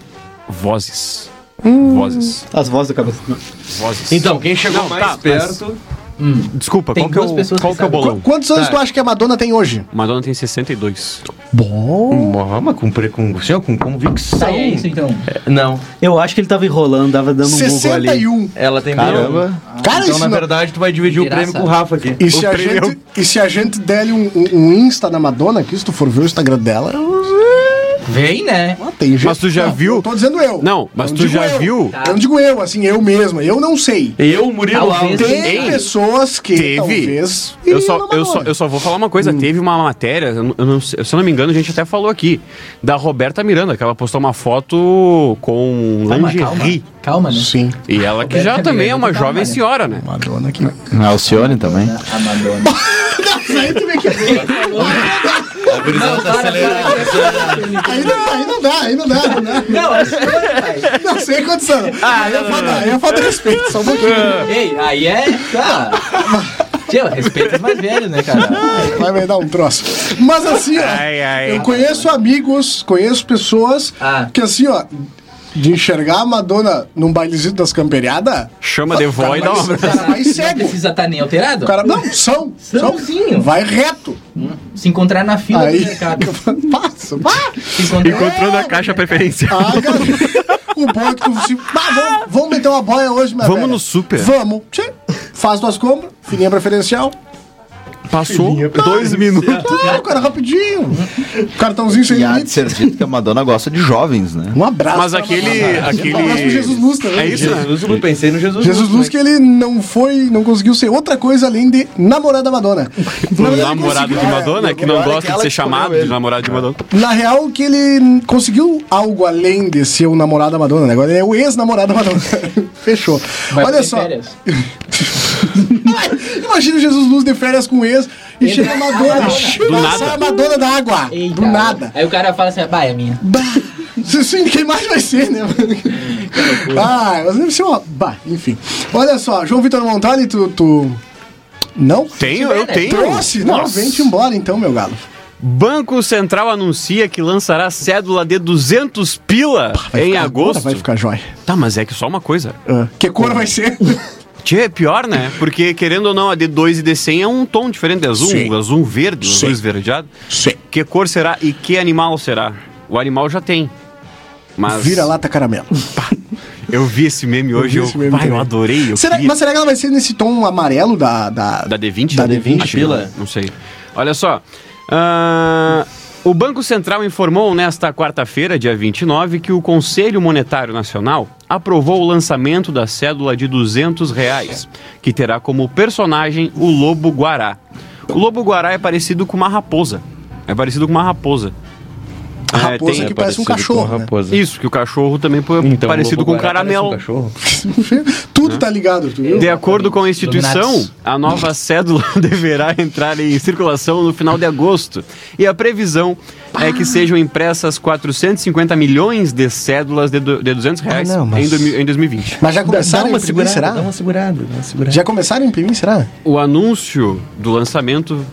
Vozes. Hum. Vozes. As vozes da cabeça. Vozes. Então, quem chegou Não, mais tá, perto... Desculpa, Tem qual que é duas o, pessoas qual que que é o sabem. bolão? Quantos anos tu acha que a Madonna tem hoje? Madonna tem 62. Bom. Mas com, pre- com, senhor, com convicção. Tá, é isso então. Não, Eu acho que ele tava enrolando, tava dando um Google ali. 61. ela tem Caramba! Cara, Então, isso na não- verdade, tu vai dividir o prêmio Graça. com o Rafa aqui. E se, a gente, e se a gente der um, um- um Insta da Madonna, que se tu for ver o Instagram dela, Vem, né? ah, tem gente. Mas tu já Não, viu- não tô dizendo eu. Não, mas tu digo já eu. viu? Eu não digo eu, assim, eu mesma. Eu não sei. Eu, Murilo Talvez. Alves. Tem Ei, pessoas que teve. talvez. Eu iriam só, na eu, só, Madonna. eu só vou falar uma coisa. Teve uma matéria, eu não- eu não sei- se eu não me engano, a gente até falou aqui, da Roberta Miranda, que ela postou uma foto com um Calma, lingerie. calma. Calma, né? Sim. E ela que Roberta já também é Miranda, uma calma, jovem né? senhora, né? Madonna aqui. Alcione também. A Madonna. é Não, tá acelerando. Aí não, aí não dá, aí não dá, não dá. Não, acho que Não sei condição. Ah, aí é falta- aí é falta de respeito, só um pouquinho. Ei, aí é. Tá. Tio, respeita os mais velhos, né, cara? Vai me dar um troço. Mas assim, ó, Ai, ai. eu conheço amigos, conheço pessoas Ah. que assim, ó, de enxergar a Madonna num bailezinho das camperiadas, Chama The Void e dá um uma... o cara vai Não cego. precisa estar nem alterado. O cara, não, são, são, Sãozinho. vai reto. Se encontrar na fila Aí, do mercado. passa, pá. Se encontrar... Encontrando a caixa preferencial. Ah, cara, o bom é que tu se... Ah, vamos, vamos meter uma boia hoje, minha Vamos velha. no super. Vamos. Sim. Faz tuas compras, fininha preferencial. Passou dois minutos. Claro, cara, rapidinho. Cartãozinho sem E há de limite. ser dito que a Madonna gosta de jovens, né? Um abraço. Mas pra aquele- Madonna. aquele- Um abraço pro Jesus Luz também. É isso, né? Jesus, eu pensei no Jesus. Jesus Luz que ele não foi, não conseguiu ser outra coisa além de namorada Madonna. Na O verdade, ele Um namorado conseguiu- é, de Madonna, que não Agora gosta que de ela ser escolheu chamado de ele. namorado de Madonna. Na real, que ele conseguiu algo além de ser o namorado da Madonna, né? Agora ele é o ex-namorado da Madonna. Fechou. Vai Olha fazer só. férias. Imagina o Jesus Luz de férias com o ex e chega a Madonna. Do Nossa, nada. a Madonna da água. Eita, Do nada. Aí o cara fala assim, bah, é minha. Bah, Sim, quem mais vai ser, né? ah, mas deve ser uma. Bah, enfim. Olha só, João Vitor Montali, tu. tu... Não? Tenho, eu tenho. Trouxe? Não, Nossa. vem-te embora então, meu galo. Banco Central anuncia que lançará cédula de 200 pila em ficar- agosto. Vai ficar jóia. Tá, mas é que só uma coisa. Ah, que cor vai ser? Tchê, é pior, né? Porque, querendo ou não, a D2 e D100 é um tom diferente de azul. Sim. Azul verde, Sim. azul esverdeado. Sim. Que cor será e que animal será? O animal já tem. Mas Vira lata caramelo. eu vi esse meme hoje, vi eu, esse meme pai, eu também. adorei. Eu Será, queria. mas será que ela vai ser nesse tom amarelo da. Da, Da D20? Da D20, Acho que não, pila. Não sei. Olha só. ah, o Banco Central informou nesta quarta-feira, dia 29, que o Conselho Monetário Nacional aprovou o lançamento da cédula de R$ 200 reais, que terá como personagem o Lobo Guará. O Lobo Guará é parecido com uma raposa. É parecido com uma raposa. É, A raposa tem- que parece um é, Parecido com cachorro. né? raposa. Isso, que o cachorro também é Então, parecido o lobo com um guará parece caramelo. Um cachorro. Tudo tá ligado, tu viu? De acordo com a instituição, Dominados. a nova cédula deverá entrar em circulação no final de agosto. E a previsão é Ah. que sejam impressas 450 milhões de cédulas de, do- de 200 Ah, reais não, mas- em, dois mil- em 2020. Mas já Dá começaram a uma imprimir, segurada, será? dá uma segurada, dá uma segurada. Já começaram a imprimir, será? O anúncio do lançamento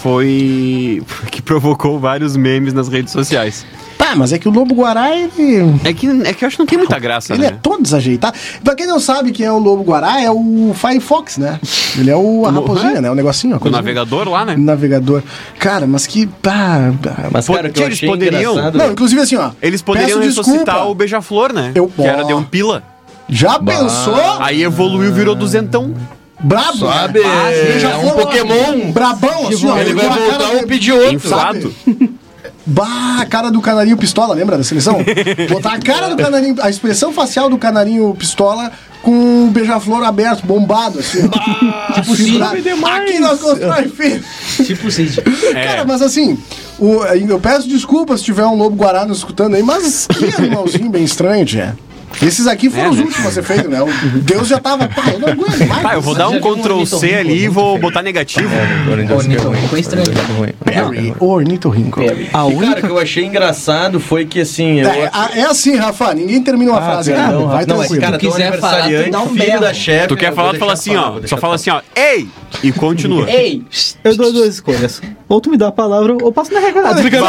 foi que provocou vários memes nas redes sociais. Tá, mas é que o Lobo Guará, ele. É que, é que eu acho que não tem muita Tá graça, Ele é né? todo desajeitado. Pra quem não sabe quem é o Lobo Guará, é o Firefox, né? Ele é o, a raposinha, né? O negocinho, a O coisa. navegador lá, né? navegador. Cara, mas que. pá, pá. Mas, cara, o que eu Eles achei poderiam- engraçado... Não, inclusive assim, ó. Eles poderiam peço ressuscitar o desculpa. beija-flor, né? Eu- que era de um pila. Já pensou? Ah. Aí evoluiu, virou duzentão. Brabo. Sabe, beija é um flor, Pokémon. Brabão, assim, ó. Ele vai com a cara voltar de- um pedir outro. Inflado. Bah, a cara do canarinho pistola, lembra da seleção? Botar a cara do canarinho, a expressão facial do canarinho pistola com o beija-flor aberto, bombado, assim. ó. tipo, segurado. Aqui nós constrói, filho. Tipo Cid. Cara, mas assim, o- eu peço desculpas se tiver um lobo guará nos escutando aí, mas que animalzinho bem estranho, Tchê. Esses aqui foram É, os né? últimos a ser feito, né? O Deus já tava, pá, eu não aguento mais. Ah, eu vou dar um já viu um Ctrl C ornitorrinco ali e muito vou feio? botar negativo. Ornitorrinco é estranho. Perry, ornitorrinco. A Cara, o que eu achei engraçado foi que, assim... Eu... Ah, É, é assim, Rafa, ninguém termina uma frase, né? Vai Perdão, Rafa. não, mas, tranquilo. cara, Se tu é um quiser falar, tu aniversariante, dá um filho berro. da chefe... Tu quer eu falar, É, vou tu fala deixar assim, falar, ó. vou Só deixar fala assim, ó. Ei! E continua. Ei! Eu dou duas escolhas. Ou tu me dá a palavra, ou passo na regra. Ah, tô brincando.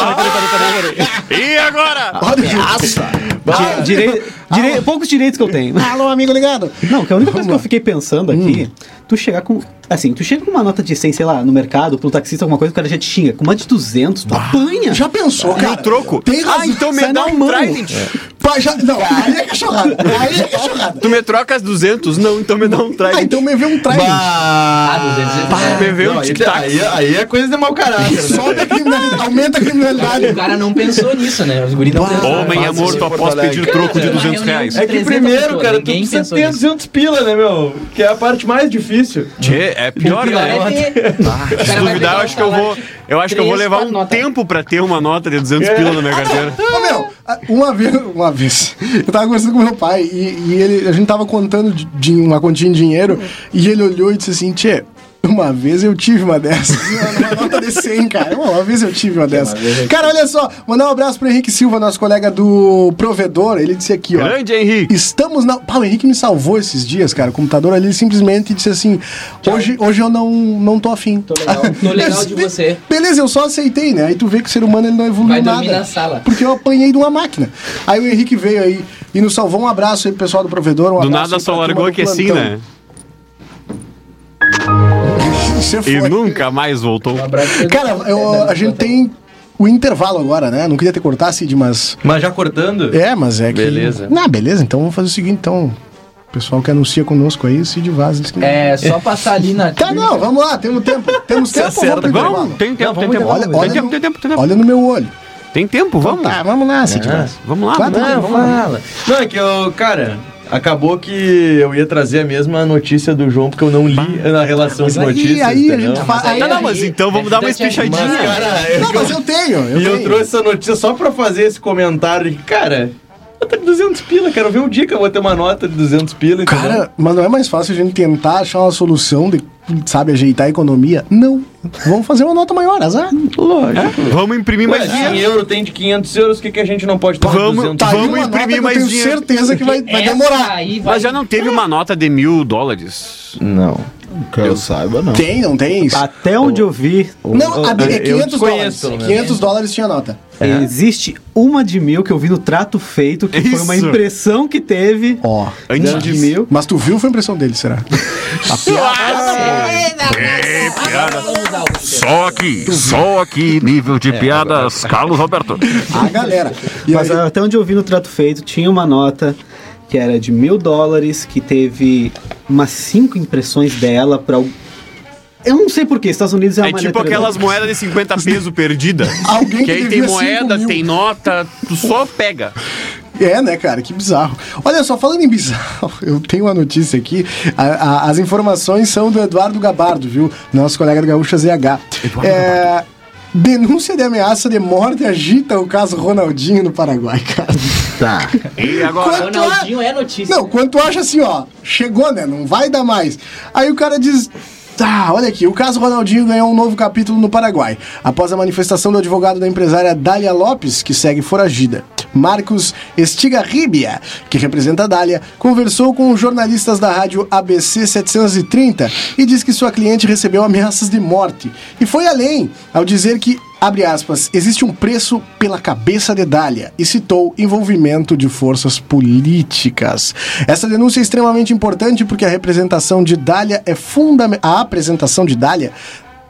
E agora? Olha o que- Di- direi- direi- Poucos direitos que eu tenho. Alô, amigo ligado? ah, Não, que a única coisa que eu fiquei pensando aqui, tu chegar com. Assim, tu chega com uma nota de 100, sei lá, no mercado, pro taxista, alguma coisa, o cara já te xinga. Com uma de 200, tu apanha. Já pensou, E cara? o troco? Tem razão. é Ah, então me Sai dá na um mão. Trident. Pá, já... Não, aí é cachorrada. Aí é cachorrada. Tu me troca as 200? Não, então me dá um Ah, Trident. então me vê um Trident. Ah, 200 Me vê um Não, aí, tic-tac. aí, aí é coisa de mau caráter, né? Sobe a criminalidade, aumenta a criminalidade. O cara não pensou nisso, né? Os guris não Bah. pensaram. Homem é Faz morto isso, após Porto pedir Alegre. troco de Cara, 200 reunião reais. de É que 300 primeiro, pessoas, cara, tu ninguém precisa pensou ter nisso. 200 pila, né, meu? Que é a parte mais difícil. Tchê, é pior, O pior é né? ter- O cara Se vai duvidar, pegar eu um acho que eu salário vou. de Eu acho que eu vou três, levar quatro um notas. tempo pra ter uma nota de 200 pila na minha carteira. Ô, meu, uma vez, uma vez, eu tava conversando com meu pai e, e ele, a gente tava contando de, de uma continha de dinheiro e ele olhou e disse assim, Tchê, uma vez eu tive uma dessas. Uma nota de 100, cara. Uma, uma vez eu tive uma dessas. Cara, olha só, mandar um abraço pro Henrique Silva, nosso colega do provedor. Ele disse aqui, ó. Grande, Henrique. Estamos na. Pá, o Henrique me salvou esses dias, cara. O computador ali simplesmente disse assim: hoje, hoje eu não, não tô afim. Tô legal. é." Tô legal de você. Beleza, eu só aceitei, né? Aí tu vê que o ser humano ele não evoluiu Vai nada. dormir na sala. Porque eu apanhei de uma máquina. Aí o Henrique veio aí e nos salvou. Um abraço aí pro pessoal do provedor. Um Do abraço nada aí pra só turma largou do aqui assim, plantão. né? Você E foi. nunca mais voltou. Um abraço pra é Cara, todo eu- mundo, né? a gente tem o intervalo agora, né? Não queria ter cortado, Cid, mas. Mas já cortando? É, mas é que. Beleza. Ah, beleza, então vamos fazer o seguinte, então. O pessoal que anuncia conosco aí, Cid Vaz. diz que- É só passar ali na. Tá, não, vamos lá, temos tempo. Temos tempo, vamos pro intervalo. é Vamos, tem tempo, tem tempo. Olha, Tem olha, tempo, no, tem tempo, tem tempo. olha no meu olho. Ah, Tem tempo, vamos. Tá, vamos lá, Cid Vaz. Vamos lá, Claro, vamos lá. tem Não, tempo. Ah, fala. Não, é que eu, cara, acabou que eu ia trazer a mesma notícia do João, porque eu não li na relação de aí- aí notícias. a entendeu? gente fala- aí- Tá, não, mas então vamos dar uma Essa daqui é espichadinha. Mas, demais. cara, eu- Não, mas eu tenho. Eu e eu tenho. trouxe essa notícia só pra fazer esse comentário. que, Cara, nota de 200 pila, quero ver o dia que eu vou ter uma nota de 200 pila, entendeu? Cara, mas não é mais fácil a gente tentar achar uma solução de, sabe, ajeitar a economia? Não. Vamos fazer uma nota maior, azar. lógico. Vamos imprimir Mas mais dinheiro. 100 euro tem de 500 euros, o que, que a gente não pode ter Vamos- de 200 tá, aí vamos uma imprimir nota que mais Eu tenho dinheiro. certeza que vai, vai demorar. Aí vai... Mas já não teve uma nota de mil dólares. Não. Que eu saiba, não. Tem, não tem Ah, isso? tá. Até onde eu vi, Não, a, é eu 500 dólares. desconheço, pelo menos. 500 dólares tinha nota. existe uma de mil que eu vi no trato feito, que foi uma Isso. impressão que teve. Ó. Antes de disso. mil. Mas tu viu foi a impressão dele, será? Só aqui, só aqui, nível de É. piadas, Carlos Roberto. A galera. E Mas aí- até onde eu vi no trato feito, tinha uma nota que era de mil dólares, que teve umas cinco impressões dela pra. al- Eu não sei porquê, Estados Unidos é uma É tipo letra- aquelas moedas de 50 pesos perdida. Alguém Que que aí tem devia cinco moeda, mil. tem nota, tu só pega. É, né, cara? Que bizarro. Olha só, falando em bizarro, eu tenho uma notícia aqui. A- a- as informações são do Eduardo Gabardo, viu? Nosso colega do Gaúcha ZH. É, denúncia de ameaça de morte agita o caso Ronaldinho no Paraguai, cara. E agora? Quanto a- Ronaldinho é notícia. Não, quando tu acha assim, ó, chegou, né? Não vai dar mais. Aí o cara diz. Tá, olha aqui, o caso Ronaldinho ganhou um novo capítulo no Paraguai, após a manifestação do advogado da empresária Dália Lopes, que segue foragida. Marcos Estigarribia, que representa a Dália, conversou com os jornalistas da rádio ABC 730 e diz que sua cliente recebeu ameaças de morte. E foi além, ao dizer que, abre aspas, existe um preço pela cabeça de Dália e citou envolvimento de forças políticas. Essa denúncia é extremamente importante porque a representação de Dália é fundamental. A apresentação de Dália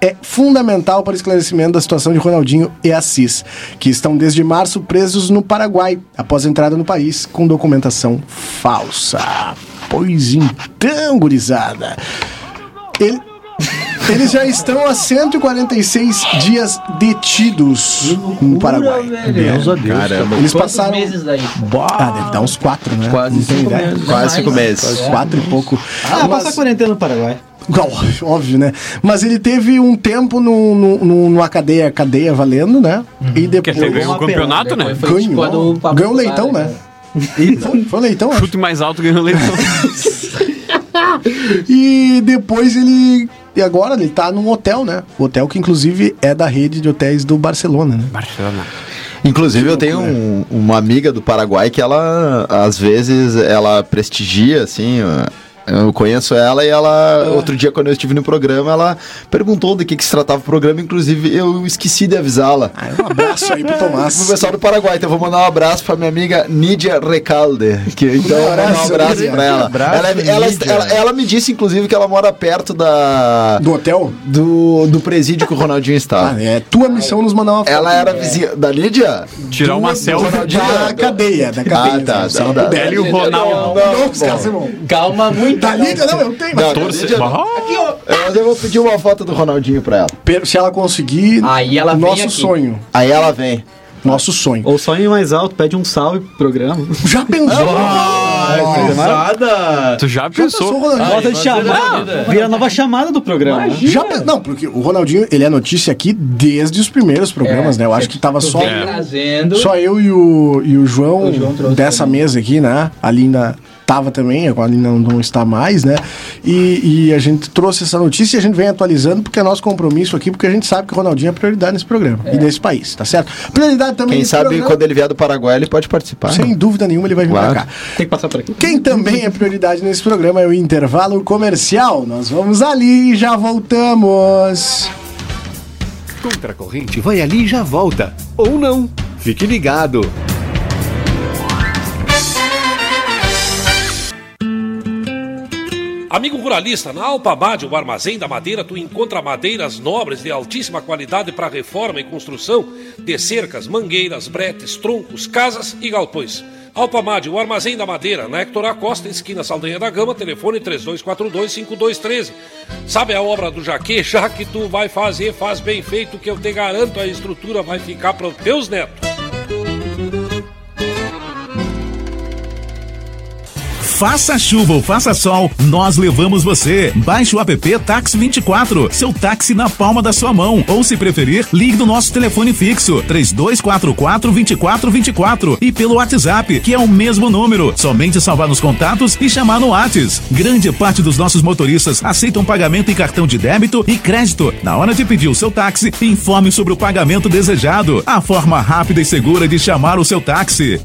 é fundamental para o esclarecimento da situação de Ronaldinho e Assis, que estão desde março presos no Paraguai, após a entrada no país com documentação falsa. Pois então, gurizada. Ele- Eles já estão há 146 dias detidos no Paraguai. Deus a Deus. Caramba. Eles Quantos passaram. meses daí? Ah, deve dar uns quatro, né? Quase Não tenho cinco ideia. meses. Quase cinco Mais. meses. É. Quatro e pouco. Ah, Mas- passar quarentena no Paraguai. Ó, Óbvio, né? Mas ele teve um tempo num- num- num- numa cadeia, cadeia valendo, né? Uhum. E Quer depois. ter ganho o Apelão, campeonato, né? Foi tipo a Ganhou. do Pablo Ganhou o Vittar, leitão, né? Foi, foi leitão, acho. Chute mais alto ganhando eleição. E depois ele. E agora ele tá num hotel, né? Hotel que inclusive é da rede de hotéis do Barcelona, né? Barcelona. Inclusive, eu tenho um- uma amiga do Paraguai que ela, às vezes, ela prestigia, assim. Eu conheço ela e ela, outro dia, quando eu estive no programa, ela perguntou do que, que se tratava o programa. Inclusive, eu esqueci de avisá-la. Um abraço aí pro Pro Tomás. pessoal do Paraguai, então eu vou mandar um abraço pra minha amiga Nidia Recalde. Que, então, Um um abraço, abraço, um abraço Nídia. pra ela. Abraço, ela, é, ela- Nídia. ela- ela me disse, inclusive, que ela mora perto da, Do hotel? do, do presídio que o Ronaldinho estava. Ah, é tua missão nos mandar uma foto. Ela era vizinha da Lídia? Tirar uma selfie. Ronaldinho. Da cadeia, da cadeia. É Ah, tá, Se ela tá, tá. puder. Ela e o Não, Ronaldo. não, os caras, irmão. Calma muito. Da Lídia, não, eu tenho. Não, Mas... da Torce. Lídia não. Ah, Mas eu vou pedir uma foto do Ronaldinho pra ela. Per- Se ela conseguir, Aí ela vem nosso aqui. sonho. Aí ela vem. Nosso sonho. Ou só em mais alto, pede um salve pro programa. Já pensou? Ah, Cruzada! Tu já Já pensou, pensou? Ronaldinho? Volta de chamar, vira a nova chamada do programa. né? Já pe- Não, porque o Ronaldinho, ele é notícia aqui desde os primeiros programas, É, né? Eu acho que tava só, Vem trazendo. só eu e o, e o João, O João trouxe dessa também. mesa aqui, né? A Linda tava também, agora a Linda não está mais, né? E, e a gente trouxe essa notícia e a gente vem atualizando porque é nosso compromisso aqui, porque a gente sabe que o Ronaldinho é prioridade nesse programa É. e nesse país, tá certo? Prioridade também Quem nesse sabe programa, quando ele vier do Paraguai, ele pode participar. Sem dúvida nenhuma ele vai vir Claro. pra cá. Tem que passar por aqui. Quem também é prioridade nesse programa é o intervalo comercial. Nós vamos ali e já voltamos. Contra a corrente, vai ali e já volta. Ou não. Fique ligado. Amigo ruralista, na Alpamad, o armazém da madeira, tu encontra madeiras nobres de altíssima qualidade para reforma e construção de cercas, mangueiras, bretes, troncos, casas e galpões. Alpamad, o armazém da madeira, na Hector Acosta, esquina Saldanha da Gama, telefone 3242-5213. Sabe a obra do Jaque? Já que tu vai fazer, faz bem feito, que eu te garanto, a estrutura vai ficar para os teus netos. Faça chuva ou faça sol, nós levamos você. Baixe o app Táxi 24, seu táxi na palma da sua mão. Ou se preferir, ligue do nosso telefone fixo 3244 2424 e pelo WhatsApp, que é o mesmo número. Somente salvar nos contatos e chamar no Whats. Grande parte dos nossos motoristas aceitam pagamento em cartão de débito e crédito. Na hora de pedir o seu táxi, informe sobre o pagamento desejado. A forma rápida e segura de chamar o seu táxi.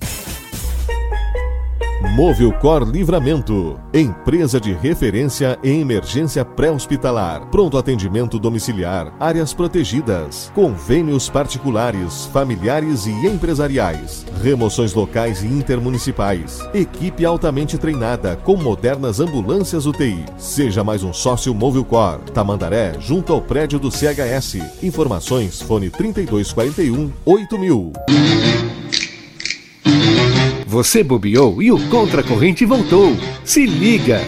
Movilcor Livramento, empresa de referência em emergência pré-hospitalar, pronto atendimento domiciliar, áreas protegidas, convênios particulares, familiares e empresariais, remoções locais e intermunicipais, equipe altamente treinada com modernas ambulâncias UTI. Seja mais um sócio Movilcor, Tamandaré, junto ao prédio do CHS. Informações, fone 3241 8000. Você bobeou e o contracorrente voltou. Se liga!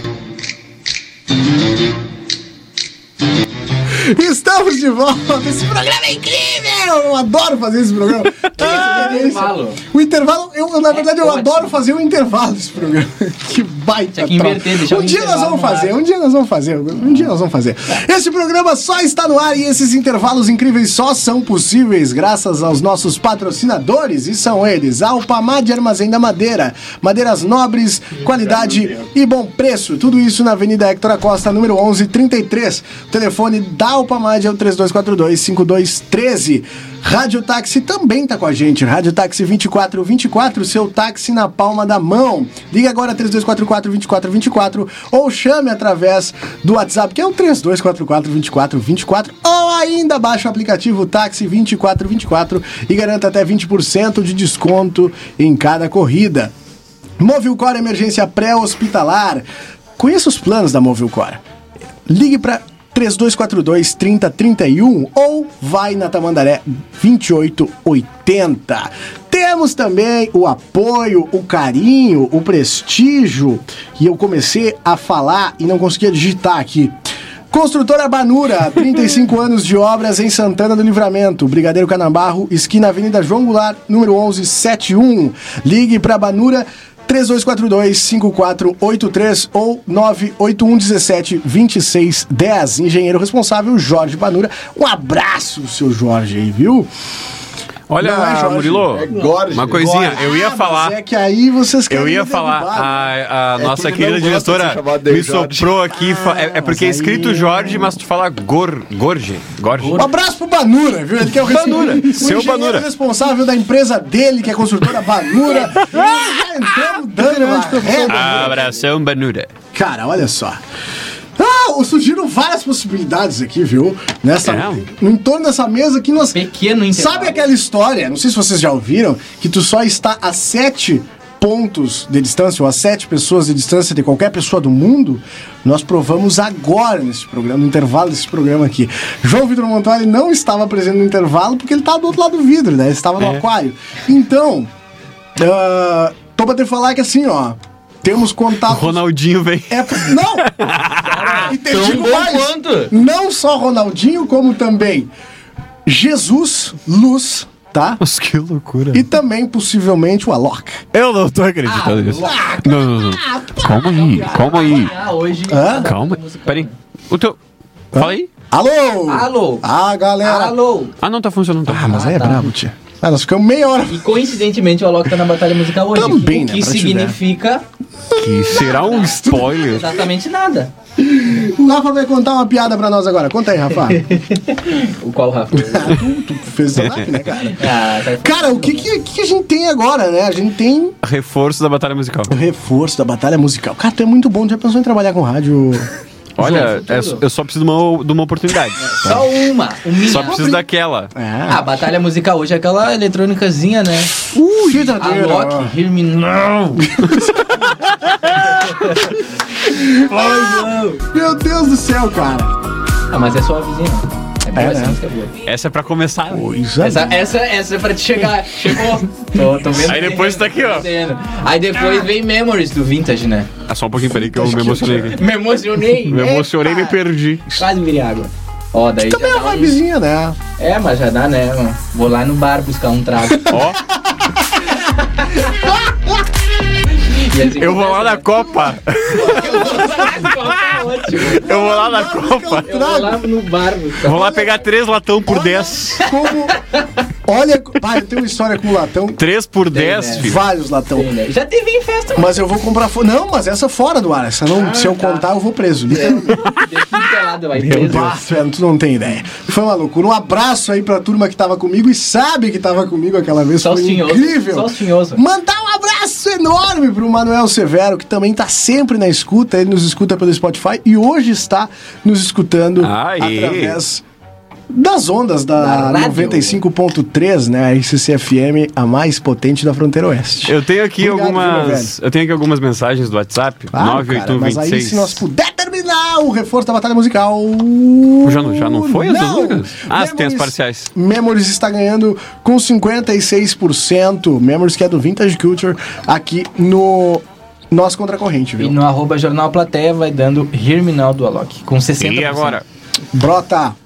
Estamos de volta! Esse programa é incrível! Eu adoro fazer esse programa. é Que experiência! intervalo. É O intervalo, eu, eu, na verdade, eu ótimo. adoro fazer o intervalo desse programa. Que baita Tinha que inverter, troca. Um deixar o dia nós intervalo vamos no ar. fazer, um dia nós vamos fazer, um dia nós vamos fazer. Esse programa só está no ar e esses intervalos incríveis só são possíveis graças aos nossos patrocinadores, e são eles: Alpamad Armazém da Madeira, madeiras nobres, qualidade e bom preço. Tudo isso na Avenida Hector Acosta, número 1133. O telefone da Alpamad é o 3242-5213. Rádio Táxi também tá com a gente. Rádio Táxi 2424, seu táxi na palma da mão. Liga agora 3244-2424 ou chame através do WhatsApp, que é o 3244-2424, ou ainda baixa o aplicativo Táxi 2424 e garanta até 20% de desconto em cada corrida. Movilcore Emergência Pré-Hospitalar. Conheça os planos da Movilcore. Ligue para 3242 3031 ou vai na Tamandaré 2880. Temos também o apoio, o carinho, o prestígio. E eu comecei a falar e não conseguia digitar aqui. Construtora Banura, 35 anos de obras em Santana do Livramento, Brigadeiro Canabarro, esquina Avenida João Goulart, número 1171. Ligue para Banura 3242-5483 ou 98117-2610. Engenheiro responsável, Jorge Banura. Um abraço, seu Jorge aí, viu? Olha, Não é Jorge, Murilo, é Gorge. uma coisinha, Agora- eu ia Ah, mas falar. É que aí vocês Eu querem ia me falar, derrubar, né? a, a É que nossa ele querida não gosta de ser diretora chamado de me Jorge. soprou aqui. fa- é, é porque é mas escrito aí- Jorge, mas tu fala gor, Gorge. Gorge. Um abraço pro Banura, viu? Ele que é o Banura, responsável- o seu engenheiro Banura. responsável da empresa dele, que é a construtora Banura. Já entramos dando uma reta. Ah, Abração, Banura. Cara, olha só. Ah, surgiram várias possibilidades aqui, viu? Nessa, É. Em torno dessa mesa aqui nós. Pequeno intervalo. Sabe aquela história, não sei se vocês já ouviram, que tu só está a sete pontos de distância, ou a sete pessoas de distância de qualquer pessoa do mundo? Nós provamos agora nesse programa, no intervalo desse programa aqui. João Vitor Montoli não estava presente no intervalo porque ele estava do outro lado do vidro, né? Ele estava no aquário. Então, ah, tô pra te falar que assim, ó, temos contato. Ronaldinho vem. É, não! e te Tão digo bom mais, quanto. Não só Ronaldinho, como também Jesus, Luz, tá? Nossa, que loucura. E também, possivelmente, o Alok. Eu não tô acreditando nisso. Não, não, não. Calma aí, calma aí. Ah, hoje. Hã? Calma. Peraí. O teu. Fala aí. Alô! Alô! Ah, galera! Alô! Ah, não tá funcionando. Tá. Ah, mas aí é brabo, tia. Ah, nós ficamos meia hora. E coincidentemente o Alok tá na batalha musical hoje. Também, o né, que pra te significa Que será um spoiler? exatamente nada. O Rafa vai contar uma piada pra nós agora. Conta aí, Rafa. O qual, Rafa? tu fez stand-up, né, cara? Ah, tá- Cara, o que, que, que a gente tem agora, né? A gente tem Reforço da batalha musical. o reforço da batalha musical. Cara, tu é muito bom. Tu já pensou em trabalhar com rádio? Olha, é- eu só preciso de uma, de uma oportunidade. Tá. Só uma. Um mínimo. Só preciso daquela. Ah, Ah, a batalha musical hoje é aquela eletrônicazinha, né? uh, que Alok, hear me now. Meu Deus do céu, cara. Ah, mas é só a vizinha. É boa, essa música é boa. Essa é pra começar. Essa, essa, essa é pra te chegar. Chegou. Tô, tô vendo. Aí é. depois tá aqui, ó. Aí depois vem Memories do Vintage, né? É só um pouquinho, peraí, que eu me emocionei aqui. Me emocionei. Me emocionei e me perdi. É, Quase virei água. Ó, daí já Também é dá uma vibezinha, né? um... É, mas já dá, né, mano? Vou lá no bar buscar um trago. Ó, E assim eu vou lá na começa, Copa. né? Tá ótimo. Eu vou lá na Copa. Eu vou lá no bar buscar. Vou lá pegar três latão por 10. Como. Olha. Pai, eu tenho uma história com latão. 3 por 10, né? filho. Vários latão. Sim, né? Já teve em festa, mano. Mas eu vou comprar. fo- Não, mas essa fora do ar. Essa não, se eu contar, eu vou preso. literalmente. Deixa tudo é pelado lá. Meu Deus, velho, tu não tem ideia. Foi uma loucura. Um abraço aí pra turma que tava comigo e sabe que tava comigo aquela vez. Só Foi os tinhosos, incrível. só os tinhosos. Mandar um abraço enorme pro Manuel Severo, que também tá sempre na escuta. Ele nos escuta pelo Spotify e hoje está nos escutando Aê. através das ondas da Da rádio. 95.3, né? A RCCFM, a mais potente da fronteira oeste. Eu tenho aqui Obrigado, meu algumas. velho. Eu tenho aqui algumas mensagens do WhatsApp. Claro, cara, mas aí 98126. se nós puder terminar o reforço da batalha musical. Já não- já não foi as Não! músicas? Ah, tem as parciais. Memories está ganhando com 56%. Memories que é do Vintage Culture aqui no nosso contracorrente, E viu? no arroba Jornal Plateia vai dando Hear Me Now do Alok, com 60%. E agora? Brota.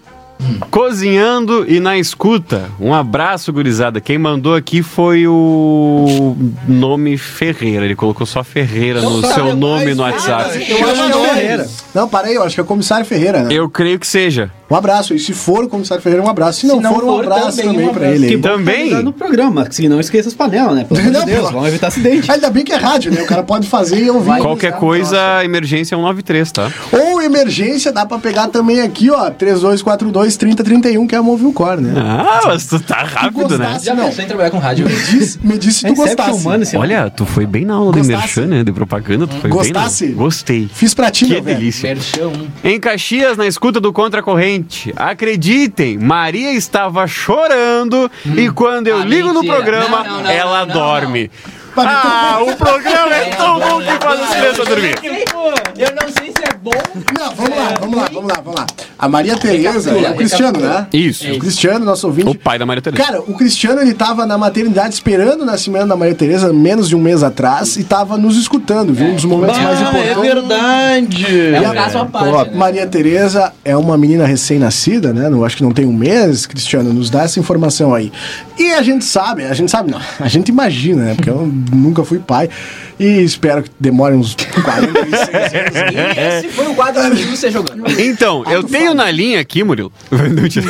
Cozinhando e na escuta. Um abraço, gurizada. Quem mandou aqui foi o nome Ferreira. Ele colocou só Ferreira no sabe seu mais nome no nada, WhatsApp. Eu acho que é o Ferreira. Não, parei, eu acho que é o comissário Ferreira, né? Eu creio que seja. Um abraço. E se for o comissário Ferreira, um abraço. Se não, Se não for, um for, abraço também também, um pra abraço. ele. Que aí. bom que também. tá ligado no programa, que se não esqueça os panelas, né? Pelo amor Não, de Deus, pelo- vamos evitar acidente. Ainda bem que é rádio, né? O cara pode fazer e ouvir. Qualquer coisa, emergência é 193, tá? Ou emergência, dá pra pegar também aqui, ó, 3242-3031, que é a Movil Core, né? Ah, mas tu tá rápido, né? gostasse, Já não. pensou em trabalhar com rádio? Me disse, me disse se É tu Inception gostasse. humano esse Olha, tu foi bem na aula de Gostasse? merchan, né? De propaganda, tu foi Gostasse? bem na... Gostei. Fiz pra ti, Que meu velho. delícia. Merchão. Em Caxias, na escuta do Contra Corrente. Acreditem, Maria estava chorando e quando eu Ah, ligo no mentira. programa, Não, não, não, ela não, não, dorme. Ah, o programa é tão bom que faz as crianças dormir. é Eu não sei se é bom. Não, vamos lá, vamos lá, vamos lá, vamos lá. A Maria Tereza é o Cristiano, né? Isso. O Cristiano, nosso ouvinte. O pai da Maria Teresa. Cara, o Cristiano ele tava na maternidade esperando o nascimento da Maria Tereza menos de um mês atrás e tava nos escutando, viu? Um dos momentos mais é importantes. verdade. É um caso à Ó, parte. né? Maria Tereza é uma menina recém-nascida, né? Não, acho que não tem um mês, Cristiano, nos dá essa informação aí. E a gente sabe, a gente sabe, não, a gente imagina, né? Porque eu nunca fui pai e espero que demore uns 46 E esse foi o quadro do você jogando. Então, eu tenho na linha aqui, Murilo. Não, tira.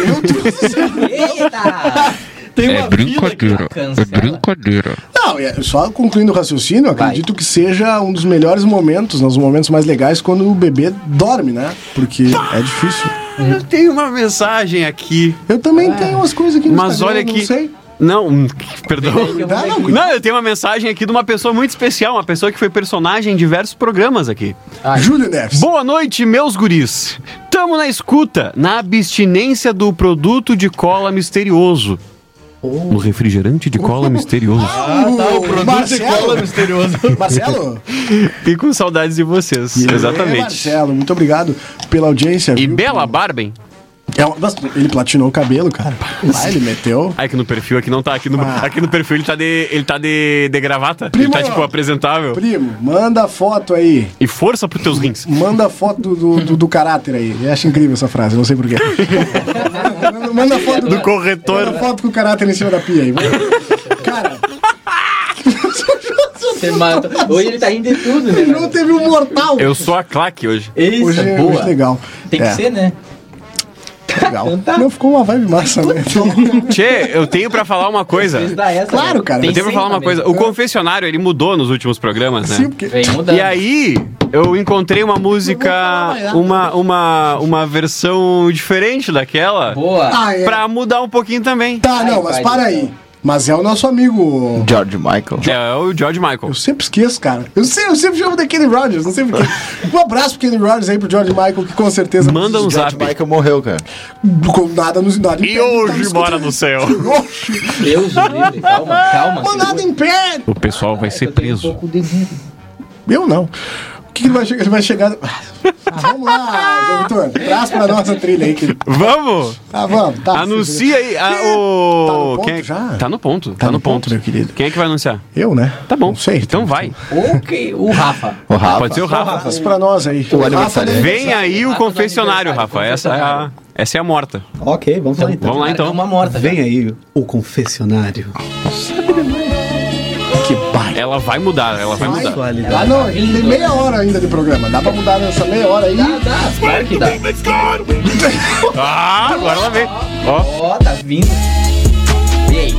Eita! Tem uma É brincadeira. Cancela. brincadeira. Não, e é, só concluindo o raciocínio, eu Vai. acredito que seja um dos melhores momentos, um dos momentos mais legais quando o bebê dorme, né? Porque é difícil. Eu tenho uma mensagem aqui, Eu também tenho umas coisas aqui no mas Instagram, olha eu aqui. Não sei. Não, hum, perdão. Ah, não, Não, eu tenho uma mensagem aqui de uma pessoa muito especial, uma pessoa que foi personagem em diversos programas aqui. Júlio Neves. Boa noite, meus guris. Tamo na escuta, na abstinência do produto de cola misterioso. Um refrigerante de cola misterioso. Ah, tá, o produto Marcelo. misterioso. Marcelo? E com saudades de vocês. É, Exatamente. Marcelo, muito obrigado pela audiência. E viu? Bela Barben. É uma- Nossa, ele platinou o cabelo, cara. Lá ele meteu. Ai, que no perfil aqui não tá. Aqui no, Ah. aqui no perfil ele tá de, ele tá de, de gravata. Primo, ele tá, tipo, apresentável. Primo, manda foto aí. E força pros teus rins. Manda foto do, do, do- do caráter aí. Eu acho incrível essa frase, não sei porquê. manda foto Do corretor. Manda foto com o caráter em cima da pia aí. Cara, Você mata. Hoje ele tá rindo de tudo, né? não mano? teve um mortal. Eu sou a claque hoje. Isso, Hoje é boa. hoje é legal. Tem que É, ser, né? Legal. Não, ficou uma vibe massa, né? Tchê, eu tenho pra falar uma coisa. Precisa dar essa, Claro, mano. cara. Tem Eu tenho pra sempre falar uma também. coisa. O confessionário, ele mudou nos últimos programas, né? Sim, porque... Vem mudando. E aí, eu encontrei uma falar música, mais nada. uma, uma, uma versão diferente daquela, Boa. Ah, é. pra mudar um pouquinho também. Tá, não, mas vai, para aí. Mas é o nosso amigo... George Michael. É o George Michael. Eu sempre esqueço, cara. Eu, sei, eu sempre chamo da Kenny Rogers, não sei porquê. Um abraço pro Kenny Rogers aí, pro George Michael, que com certeza... Manda um George zap. Michael morreu, cara. Com nada nos nada. E hoje, bora no céu. Oxe, Deus o livre. Calma, um calma. nada segura. em pé. O pessoal vai ser Eu tenho um preso. pouco de medo. Eu não. O que, que ele vai chegar? Ele vai chegar. Ah, vamos lá, doutor. Traz pra nossa trilha aí. Que... Vamos? Ah, vamos. Tá, Anuncia aí a- o. Tá no ponto quem é... já? Tá no ponto. Tá, no, ponto. meu querido. Quem é que vai anunciar? Eu, né? Tá bom. Então vai. Ok, o Rafa. O Rafa. Pode ser o Rafa. Traz pra nós aí. O aniversário. Vem aí o confessionário, Rafa. Essa é a, essa é a morta. Ok, vamos lá então. Vamos lá então. Uma morta. né? já. Vem aí o confessionário. Que baita. Ela vai mudar, ela vai mudar. tá Ah, não, a gente tem meia hora ainda de programa. Dá pra mudar nessa meia hora aí? Dá, claro que dá. Ah, agora ela vem. Ó, Ó, tá vindo. E aí?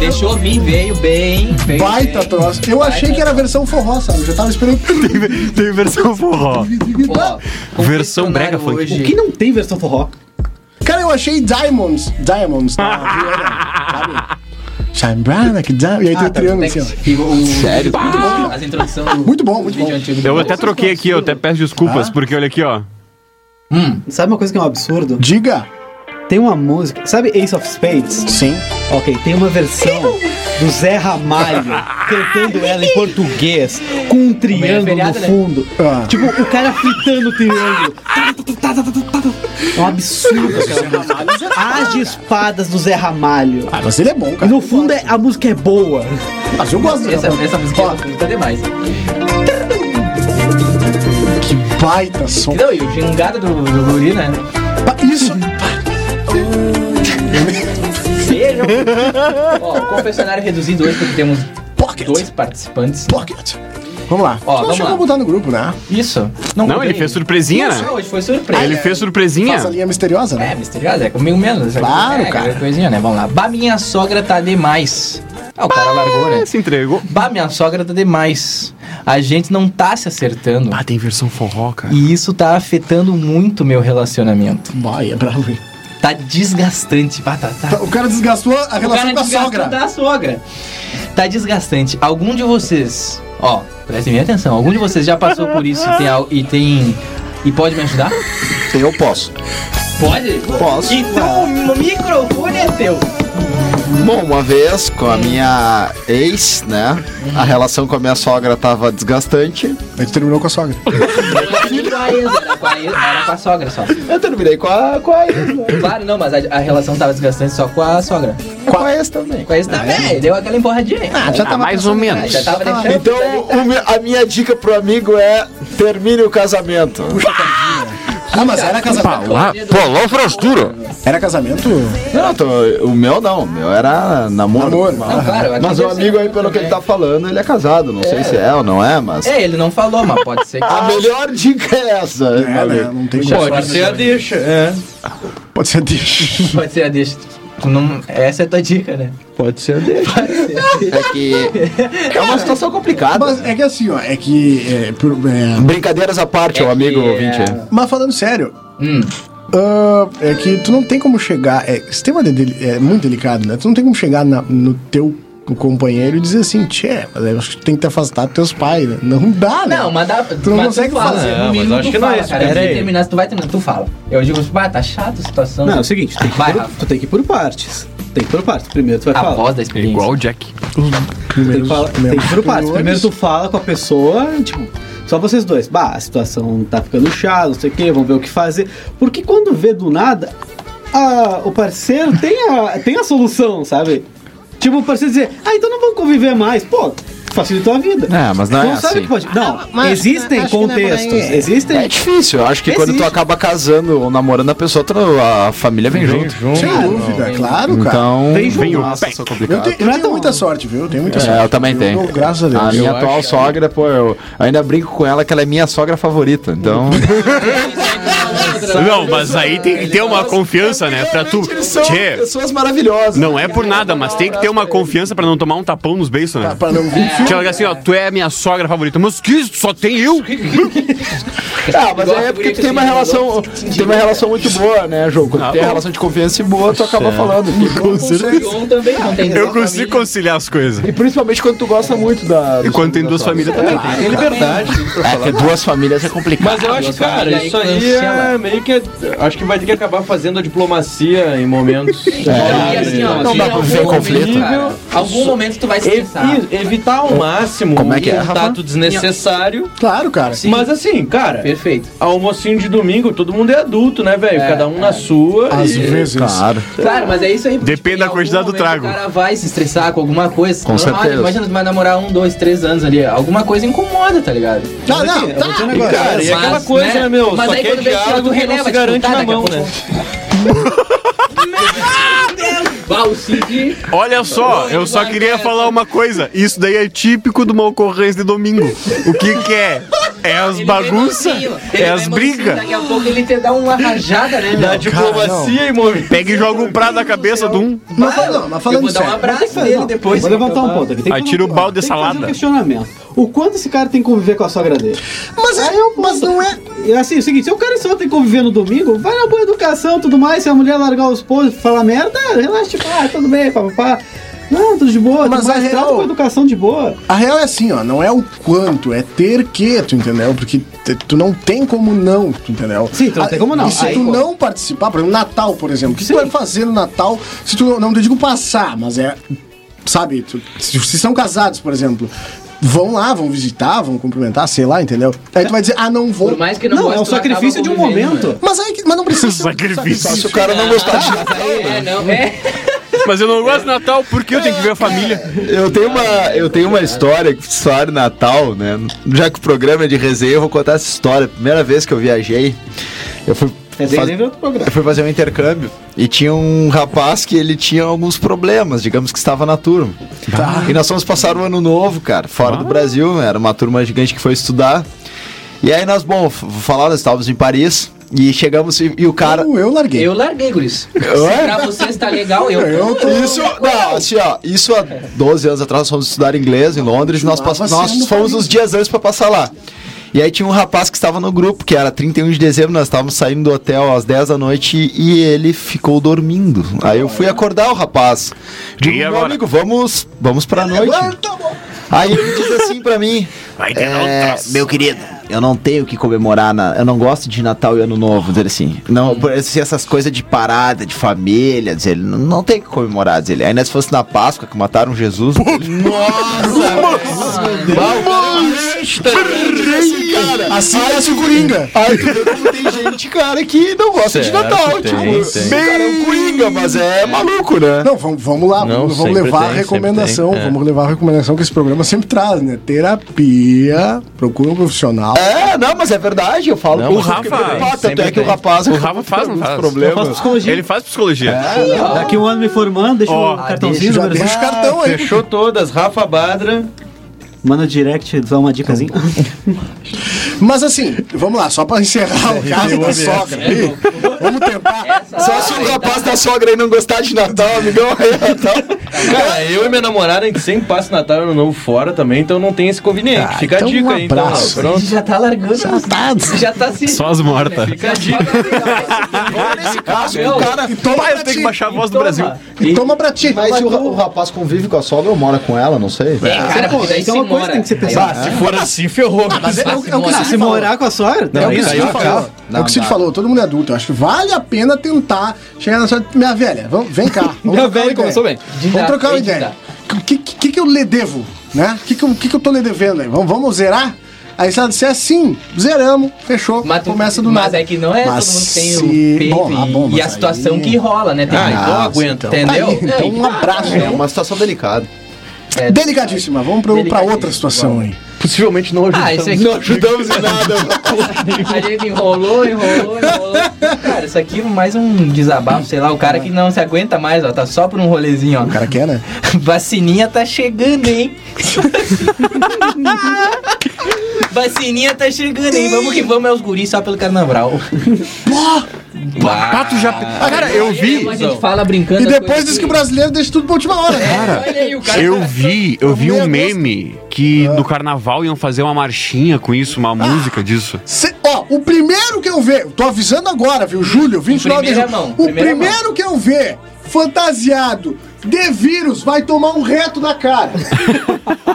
Deixou vir, veio bem. veio Baita bem. troço. Eu achei que era a versão forró, sabe? Eu já tava esperando. tem versão forró. Ó, Versão brega confessionário funk. hoje. O que não tem versão forró? Cara, eu achei Diamonds. Diamonds. na viola, sabe? Shine bright like a diamond. E aí Ah, tá, tem o triângulo assim, ó. Sério? Muito bom. As introduções do Muito bom, muito vídeo bom. antigo. do Eu Bob. até troquei aqui, eu até peço desculpas, porque olha aqui, ó. Sabe uma coisa que é um absurdo? Diga. Tem uma música. Sabe Ace of Spades? Sim. Ok, tem uma versão do Zé Ramalho cantando ela em português, com um triângulo no feriado, né? fundo. Ah. Tipo, o cara fritando o triângulo. É um absurdo aquela música. tá. As de espadas do Zé Ramalho. Ah, mas ele é bom, E cara. no fundo é- a música é boa. Mas eu gosto dessa Essa, música. essa música é tá demais. Que baita som. Não, e o gingado do, do guri, né? Ba- Isso. Sejam. Ó, o confessionário reduzido hoje porque temos Pocket. dois participantes. Pocket. Vamos lá. Ó, Só vamos chegou lá. a botar no grupo, né? Isso. Não, ele fez surpresinha, né? Não, hoje foi surpresa. Ele fez surpresinha. Faz a linha misteriosa, É, né? misteriosa, é comigo menos. Claro, é, cara. Coisinha, né? Vamos lá. Bah, minha sogra tá demais. Ah, o cara largou, né? É, se entregou. Bah, minha sogra tá demais. A gente não tá se acertando. Ah, tem versão forró, cara. E isso tá afetando muito meu relacionamento. Vai, é bravo. hein? Tá desgastante. Bah, tá, tá. Tá, O cara desgastou a O relação cara com a desgasta sogra. Da sogra. Tá desgastante. Algum de vocês, ó, prestem bem atenção. Algum de vocês já passou por isso e tem. al- E, tem, e pode me ajudar? Eu posso. Pode? Posso. Então o microfone é teu. Bom, uma vez com a minha ex, né? A relação com a minha sogra tava desgastante. A gente terminou com a sogra. Ah, Era com a ex, era com a ex, era com a sogra só. Eu terminei com a, com a ex, né? Claro, não, mas a, a relação tava desgastante só com a sogra. Com a ex também. Com a ex também, deu aquela emborradinha. aí. já tava mais um. ou menos. Já tava deixando. Então, o meu- a minha dica pro amigo é termine o casamento. Ah, mas era casamento. Ah, Lá, polão frostura. Era casamento? Não, tô- o meu não, o meu era namoro. Amor. Não, claro, aqui Mas o deve ser amigo aí, pelo que ele tá falando, ele é casado. Não sei se é ou não é, mas. É, ele não falou, mas pode ser que. A melhor dica é essa. É, né? amigo. Não tem Puxa, como. agora- deixa. É. Pode ser deixa. Pode ser a deixa. Tu não- Essa é a tua dica, né? Pode ser a deixa. É que. É uma situação complicada. Mas é que assim, ó, é que. é, por- é, Brincadeiras à parte, o amigo que, ouvinte. é- Mas falando sério, Hum. ah, é que tu não tem como chegar. É, esse tema é, deli- é muito delicado, né? Tu não tem como chegar na- no teu companheiro e dizer assim, tchê, mas eu acho que tu tem que te afastar dos teus pais, né? Não dá, né? Não, mas dá. Tu não mas consegue fala, fazer. no Não, mas mínimo acho tu que não é fala, isso, cara. Se peraí. terminar, se tu vai terminar, tu fala. Eu digo, bah, tá chato a situação. Não, é o seguinte, tem que Vai, ir por, Rafa. tu tem que ir por partes. Tem que ir por partes. Primeiro tu vai a falar. voz É da experiência. igual o Jack. Tem que, falar, tem que ir por partes. primeiros- Primeiro tu fala com a pessoa, tipo, só vocês dois. Bah, a situação tá ficando chata, não sei o que, vamos ver o que fazer. Porque quando vê do nada, a- o parceiro tem a, tem a solução, sabe? Tipo, o parceiro dizer, ah, então não vamos conviver mais. Pô, facilitou a vida. É, mas não é Então sabe assim. que pode. Não, existem contextos. Existem. É difícil, eu acho que quando tu Existe. acaba casando ou namorando a pessoa, tu- a família vem junto. Sem dúvida, claro, cara. Então, Vem junto. Nossa, sou eu complicado. tenho, eu tenho muita sorte, viu? Eu tenho muita sorte. É, eu também tenho. dou graças a Deus. A minha Eu atual sogra, pô, eu ainda brinco com ela que ela é minha sogra favorita. Então, Não, mas aí tem que ter uma confiança, né? Pra tu. Tchê, pessoas maravilhosas. não é por nada, mas tem que ter uma confiança pra não tomar um tapão nos beiços, né? Pra não vir filme. Tinha assim, ó, tu é a minha sogra favorita. Mas que isso? Só tem eu? Ah, mas aí é porque tu tem uma relação, tem uma relação muito boa, né, João? Quando tem uma relação de confiança e boa, tu acaba falando. João também não tem Eu consigo conciliar as coisas. E principalmente quando tu gosta muito da. E quando tem duas famílias tá também. É liberdade. É, que duas famílias é complicado. Mas eu acho, que, cara, família isso aí aí cancela. é meio que. Acho que vai ter que acabar fazendo a diplomacia em momentos. Então, E assim, ó, Não dá se pra em viver algum conflito. momento, cara, Algum momento tu vai se estressar. Evi- evitar ao máximo um Como é que é, contato Rafa? desnecessário. Claro, cara. Mas assim, cara, Perfeito. almocinho de domingo, todo mundo é adulto, né, velho? É, Cada um é. na sua. Às e- vezes. Claro. Claro, mas é isso aí. porque, Depende da tipo, em quantidade algum do momento trago. O cara vai se estressar com alguma coisa. Com Normal, certeza. Imagina, tu vai namorar um, dois, três anos ali. Alguma coisa incomoda, tá ligado? Não, Mas, não, assim, eu vou dizer tá. um negócio. Cara, e é. Mas, aquela coisa, né, meu? Mas Só aí que é quando vem o diálogo diálogo, que não releva, se garante tipo, tá, na daqui a mão, pouco- né? Bah, o Cid. Olha só, eu só queria falar uma coisa. Isso daí é típico de uma ocorrência de domingo. O que que é? É as ele vem bagunças, mansinho, ele é as vem mansinho, brigas. Daqui a pouco ele te dá uma rajada, né, Da meu? diplomacia e movimento. Pega e joga um prato na cabeça de um. Mas, falando- mas Eu vou falando dar um sério. abraço nele depois. Vou levantar um ponto aqui. Tem que Aí tira o balde de tem que fazer salada. um questionamento. O quanto esse cara tem que conviver com a sogra dele? Mas, é, mas não é. E assim, é o seguinte, se o cara só tem que conviver no domingo, vai na boa educação e tudo mais, se a mulher largar o esposo e falar merda, relaxa, tipo, ah, tudo bem, papapá. Não, tudo de boa, Mas mas a mais, real- trata com educação de boa. A real é assim, ó, não é o quanto, é ter que, tu entendeu? Porque te- tu não tem como não, tu entendeu? Sim, tu não Ah, tem como não. E se Aí, tu pô. não participar, por exemplo, Natal, por exemplo, o que Sim. tu vai fazer no Natal se tu não, não digo passar, mas é, sabe, tu- se, se são casados, por exemplo, vão lá, vão visitar, vão cumprimentar, sei lá, entendeu? Aí tu vai dizer, ah, não vou. Por mais que não, Não, goste, é um tu acaba sacrifício de um convivendo, momento. Mas aí que- mas não precisa. ser um Sacrifício. Se o cara não gostar de né? Mas aí, é, não, é. Mas eu não gosto de Natal porque eu tenho que ver a família. Eu tenho uma, eu tenho uma história que história de Natal, né? Já que o programa é de resenha, eu vou contar essa história. Primeira vez que eu viajei, eu fui É faz- dentro do outro programa. eu fui fazer um intercâmbio e tinha um rapaz que ele tinha alguns problemas, digamos que estava na turma. E nós fomos passar o ano novo, cara, fora do Brasil, né? era uma turma gigante que foi estudar. E aí nós, bom, f- vou falar, nós estávamos em Paris e chegamos e, e o cara. Eu, eu larguei. Eu larguei, Guris. Ué? Se pra vocês tá legal, eu. Eu tô- Isso, não, assim, ó, isso há 12 anos atrás, nós fomos estudar inglês em Londres, nós, pass- Continuava nós sendo fomos Paris. uns dias antes pra passar lá. E aí tinha um rapaz que estava no grupo, que era 31 de dezembro, nós estávamos saindo do hotel às 10 da noite e ele ficou dormindo. Aí eu fui acordar o rapaz. Digo, E meu agora? amigo, vamos, vamos pra noite. Aí ele diz assim pra mim: Vai ter um é, outras. Meu querido, eu não tenho o que comemorar. na- eu não gosto de Natal e Ano Novo, dizer assim. Não, por assim, essas coisas de parada, de família, diz ele. Não, não tem o que comemorar, diz ele. Ainda se fosse na Páscoa que mataram Jesus. né, Assim é o Coringa. Ai, tu vê como tem gente, cara, que não gosta de Natal. Tipo, tem. bem cara, é um coringa, mas é maluco, né? Não, vamos, vamos lá, Não, vamos, vamos sempre levar a tem, recomendação. sempre tem, é. Vamos levar a recomendação que esse programa sempre traz, né? Terapia, procura um profissional. É, não, mas é verdade, eu falo. Não, pô, o eu fico Rafa- preocupado, Tanto é sempre que o tem. rapaz. O Rafa faz, não faz? problema. Eu faço psicologia. Ele faz psicologia. É. Daqui um ano me formando, deixa Ó. o cartãozinho, Já número deixa o Então, cartão é aí. Fechou todas, Rafa Badra. Manda direct, dá uma dicasinha. Mas assim, vamos lá, só pra encerrar o caso da sogra aí. Vamos tentar. Só se o rapaz da sogra aí não gostar de Natal, amigão, aí é Natal. Cara, eu e minha namorada, a gente sempre passa Natal e Ano Novo fora também, então não tem esse conveniente. Ah, Fica então a dica um aí, então. abraço. A Pronto. gente já tá largando. Já tá, já tá se. Só as mortas. é Fica a dica. Nesse caso, Não. o cara. Toma Pai, eu pra tenho ti. que baixar a voz do Brasil. E Toma pra ti. Mas se o, ra- o rapaz convive com a sogra ou mora Tá com ela, não sei. É, cara, porque daí Isso é se uma coisa que mora. tem que ser pensada. Se for assim, ferrou. Assim, Mas é, é, o- é o que o Ah, Ah, Cid se falou. morar com a sogra, É o que daí o Cid dá. falou. É o que o Cid falou, todo mundo é adulto. Eu acho que vale a pena tentar chegar na sua. Minha velha, vamos, vem cá. Vamos Minha trocar uma velha ideia. começou bem. De Vamos dar, trocar uma tem que ideia. O que, que, que que eu lhe devo? Né? O que, que, eu- que, que eu tô lhe devendo aí? Vamos, vamos zerar? Aí se ela disser sim, zeramos, fechou, Mas tu- começa do mas nada. é que não é Mas todo mundo que tem se- o peito Bom, ah, bom, e, e a mas situação aí- que rola, né? Tem Ah, que- então aguenta. Entendeu? Tá aí, então um abraço. né? É uma situação delicada. É, Delicadíssima, vamos pro- pra Delicadíssima, outra situação aí. Possivelmente não Ah, ajudamos. isso aqui. Ajudamos em nada. A gente enrolou, enrolou, enrolou. Cara, isso aqui é mais um desabafo, sei lá. O cara que não se aguenta mais, ó. Tá só por um rolezinho, ó. O cara quer, né? Vacininha tá chegando, hein? Vacininha tá chegando, hein? Vamos que vamos, é os guris só pelo carnaval. Ah, é tu já... Cara, eu vi... A gente fala brincando. E as depois coisas diz que que- É, o brasileiro deixa tudo pra última hora. Cara, Olha aí, o cara Eu vi, eu vi meio um agosto. meme que no carnaval iam fazer uma marchinha com isso, uma música disso. Cê- ó, o primeiro que eu ver, tô avisando agora, viu, Júlio, 29 de Primeira julho. mão, O primeira primeiro que eu ver fantasiado de vírus vai tomar um reto na cara.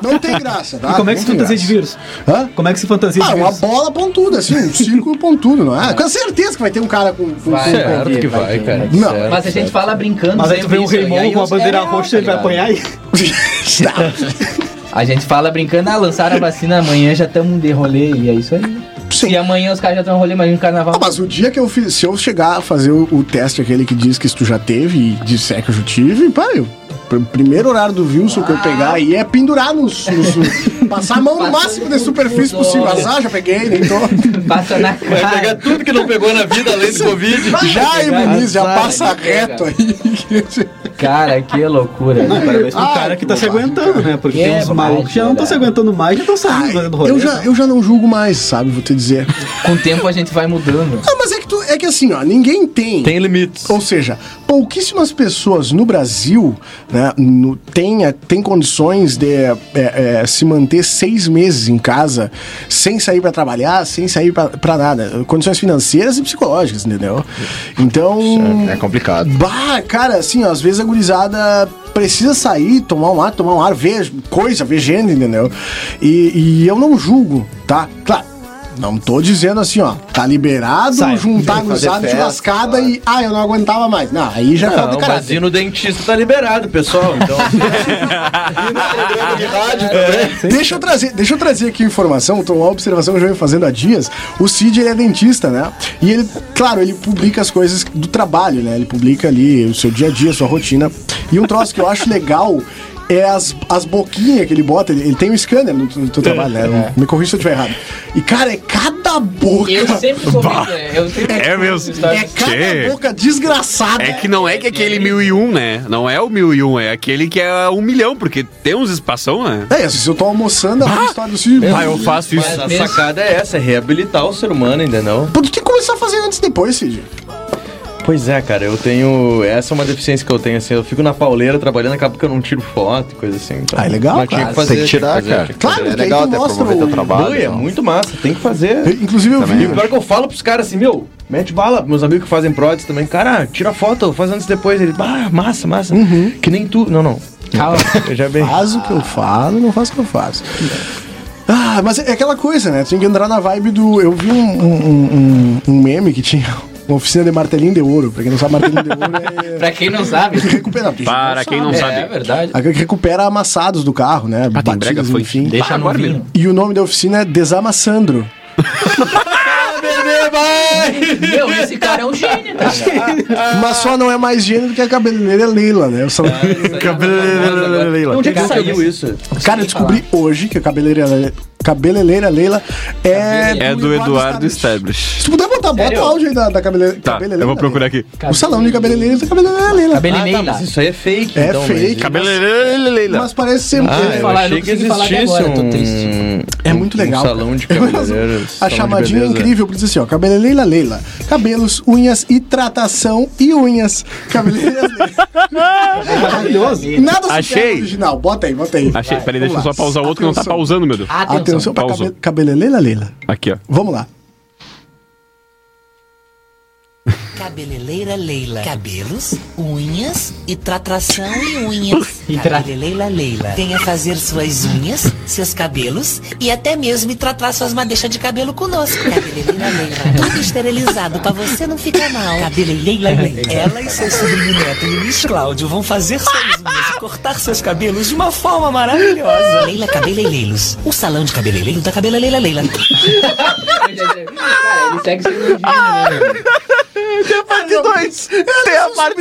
Não tem graça, tá? E como é que Não se tem fantasia de graça. vírus? Hã? Como é que se fantasia Ah, de uma vírus? bola pontuda, assim, um círculo pontudo, não é? Com certeza que vai ter um cara com. com Vai, com- certo com- que vai, ter, cara, Não, Mas a gente fala brincando. Mas aí sem tu vê o isso, e aí Raymond com a os- bandeira é real, roxa, ele vai tá ligado? apanhar aí. A gente fala brincando, ah, lançaram a vacina amanhã, já estamos de rolê e é isso aí. Sim. E amanhã os caras já estão rolê, mas no carnaval. Ah, mas o dia que eu fiz, se eu chegar a fazer o, o teste aquele que diz que se tu já teve e disser que eu já tive, pá, eu. pr- Primeiro horário do Wilson que eu pegar aí é pendurar nos. nos- nos- passar a mão no Passando máximo por da superfície tudo. possível. Azar, já peguei, né, então, nem tô. Passa na Vai cara. pegar tudo que não pegou na vida além do Covid. Já imuniza, já Azar, passa ele pega. reto aí. Cara, que loucura. É Não, parabéns pro Ah, cara que tá se bobagem, aguentando, né? Porque Que tem uns malucos que já não estão se bobagem, aguentando mais, já estão saindo fazendo rolê. eu, já, eu já não julgo mais, sabe? Vou te dizer. Com o tempo a gente vai mudando. Ah, mas é que, tu, é que assim, ó, ninguém tem. Tem limites. Ou seja, pouquíssimas pessoas no Brasil né, no, tem, eh, tem condições de eh, eh, se manter seis meses em casa sem sair para trabalhar, sem sair para nada. Condições financeiras e psicológicas, entendeu? Então. É complicado. Bah, cara, assim, ó, às vezes a gurizada precisa sair, tomar um ar, tomar um ar, ver coisa, ver gente, entendeu? E, e eu não julgo, tá? Claro. Não tô dizendo assim, ó, tá liberado Sai, juntar a fazer gurizada de festa, lascada e. Ah, eu não aguentava mais. Não, aí já é falta Não, mas caráter. ir no dentista tá liberado, pessoal. Então, Deixa eu trazer, deixa eu trazer aqui informação, tô- uma observação que eu já venho fazendo há dias. O Cid ele é dentista, né? E ele, claro, ele publica as coisas do trabalho, né? Ele publica ali o seu dia a dia, a sua rotina. E um troço que eu acho legal é as, as boquinhas que ele bota. Ele, ele tem um scanner no, no É, teu trabalho, né? Me corrija se eu estiver errado. E, cara, é cada boca. Eu sempre comento, né? eu sempre É mesmo. É cada Tchê. boca desgraçada. É que não é que é aquele mil e um, né? Não é o mil e um, é aquele que é um milhão, porque tem uns espação, né? É, se eu tô almoçando, a história do Cid. Ah, eu faço isso. mas a mesmo. sacada é essa, é reabilitar o ser humano, ainda não? Pô, tu tem que começar a fazer antes e depois, Cid. Pois é, cara, eu tenho. Essa é uma deficiência que eu tenho, assim. Eu fico na pauleira trabalhando, acaba que eu não tiro foto e coisa assim. Então, Ah, é legal, Mas tinha cara. que fazer. Tem que tinha tirar, fazer, cara. tinha que Claro, fazer. É porque aí legal tu até mostra aproveitar o- o trabalho. Não, e é então. muito massa, tem que fazer. Inclusive, eu E vi. o pior que eu falo pros caras assim, meu, mete bala, meus amigos que fazem prótese também, cara, tira foto, faz antes e depois. Ele, ah, massa, massa. Que nem tu. Não, não. Calma. Eu já bem. Faz o que eu falo, não faço o que eu faço. Ah, mas é aquela coisa, né? Tem que entrar na vibe do. Eu vi um, um- um- um- um meme que tinha uma oficina de martelinho de ouro. Pra quem não sabe, martelinho de ouro Pra quem não sabe. é. Recupera. Para quem não É, é sabe. verdade. Aquele que recupera amassados do carro, né? tem Ah, tá, brega, foi. enfim. Deixa Ah, no agora vinho. mesmo. E o nome da oficina é Desamassandro. Meu, esse cara é um gênio, tá? ligado? Mas só não é mais gênero que a cabeleireira Leila, né? Eu só- É, Onde é que saiu isso? Cara, eu descobri hoje que a cabeleireira, cabeleireira Leila é. É do Eduardo Stablish. Se puder botar, bota o áudio aí da, da cabele- Tá, cabeleireira. eu vou procurar aqui. O salão de é cabeleireiro da cabeleireira Leila. Cabelinei lá. Mas isso aí é fake, É então. fake. Mas... Cabelelelela. Mas parece ser. Ah, eu falar, eu achei não que consegui falar até existisse agora, eu tô um... triste. É muito legal, Um salão de cara. cabeleireiro. salão a de chamadinha é beleza. incrível, porque diz assim, ó, cabeleireira Leila. Cabelos, unhas e tratação e unhas. Cabeleireira Leila. Maravilhoso. Nada supera Achei. o original. Bota aí, bota aí. Achei, Vai, peraí, vamos deixa eu lá. só pausar o outro que não tá Atenção. pausão. pausando, meu Deus. Ah, Atenção pra Pausa. cabe, cabeleireira Leila. Aqui, ó. Vamos lá. Cabeleleira Leila. Cabelos, unhas e tratação e unhas. E tra- Cabeleleira Leila. Venha fazer suas unhas, seus cabelos e até mesmo tratar suas madeixas de cabelo conosco. Cabeleleira Leila. Tudo esterilizado pra você não ficar mal. Cabeleleira É. Leila. Ela e seu sobrinho neto Luiz Cláudio vão fazer suas unhas e cortar seus cabelos de uma forma maravilhosa. Leila Cabeleleiros. O salão de cabeleireiro da Cabeleleira Leila. é Cara, ele segue sendo um gênio, né? meu? Tem a parte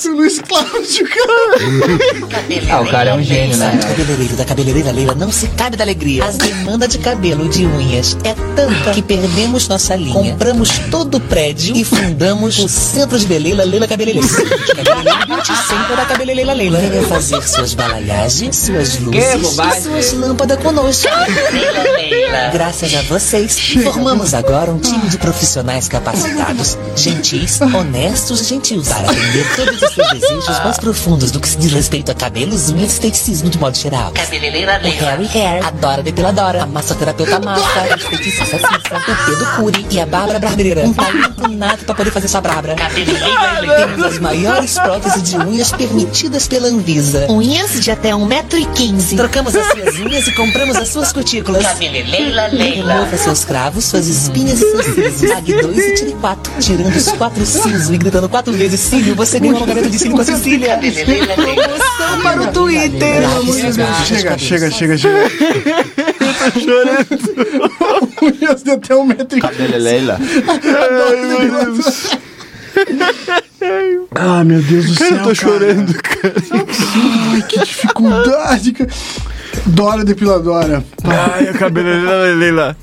do Luiz Cláudio, cara. Ah, o cara é um gênio, né? O cabeleireiro da cabeleireira Leila não se cabe da alegria. A demanda de cabelo de unhas é tanta que perdemos nossa linha. Compramos todo o prédio e fundamos é. o Centro de Beleila Leila Cabeleireira. Cabeleireiro Beauty Center da Cabeleireira Leila. Venha fazer suas balalhagens, suas luzes Que bobagem. e suas lâmpadas conosco. Graças a vocês, formamos agora um time de profissionais capacitados, gente gentis, honestos e gentios para atender todos os seus desejos mais profundos do que se diz respeito a cabelos, unhas e esteticismo de modo geral. Cabeleireira O Harry Hair, a Dora Depiladora, a massoterapeuta Massa, a esteticista Cissa, o Pedro Cury e a Bárbara Barbeira. Um talento nato pra poder fazer sua brabra. Temos as maiores próteses de unhas permitidas pela Anvisa. Unhas de até 1,15m. Trocamos as suas unhas e compramos as suas cutículas. Cabeleleila, leila. Remova seus cravos, suas espinhas e seus cílios. Pague dois e tire quatro. Tirando os quatro cílios e gritando quatro vezes cílio, você ganhou um alongamento de cílio com a Cecília. Cabeleleila, leila. Promoção para o Twitter. Pelo amor de Deus, Chega, chega, chega, chega. Eu tô chorando. Unhas de até um metro e é Cabeleleila. Ah, meu Deus do Cara, céu. eu tô chorando, cara. Ai, que dificuldade, cara. Dora depiladora. Ai, a cabeleireira Leila.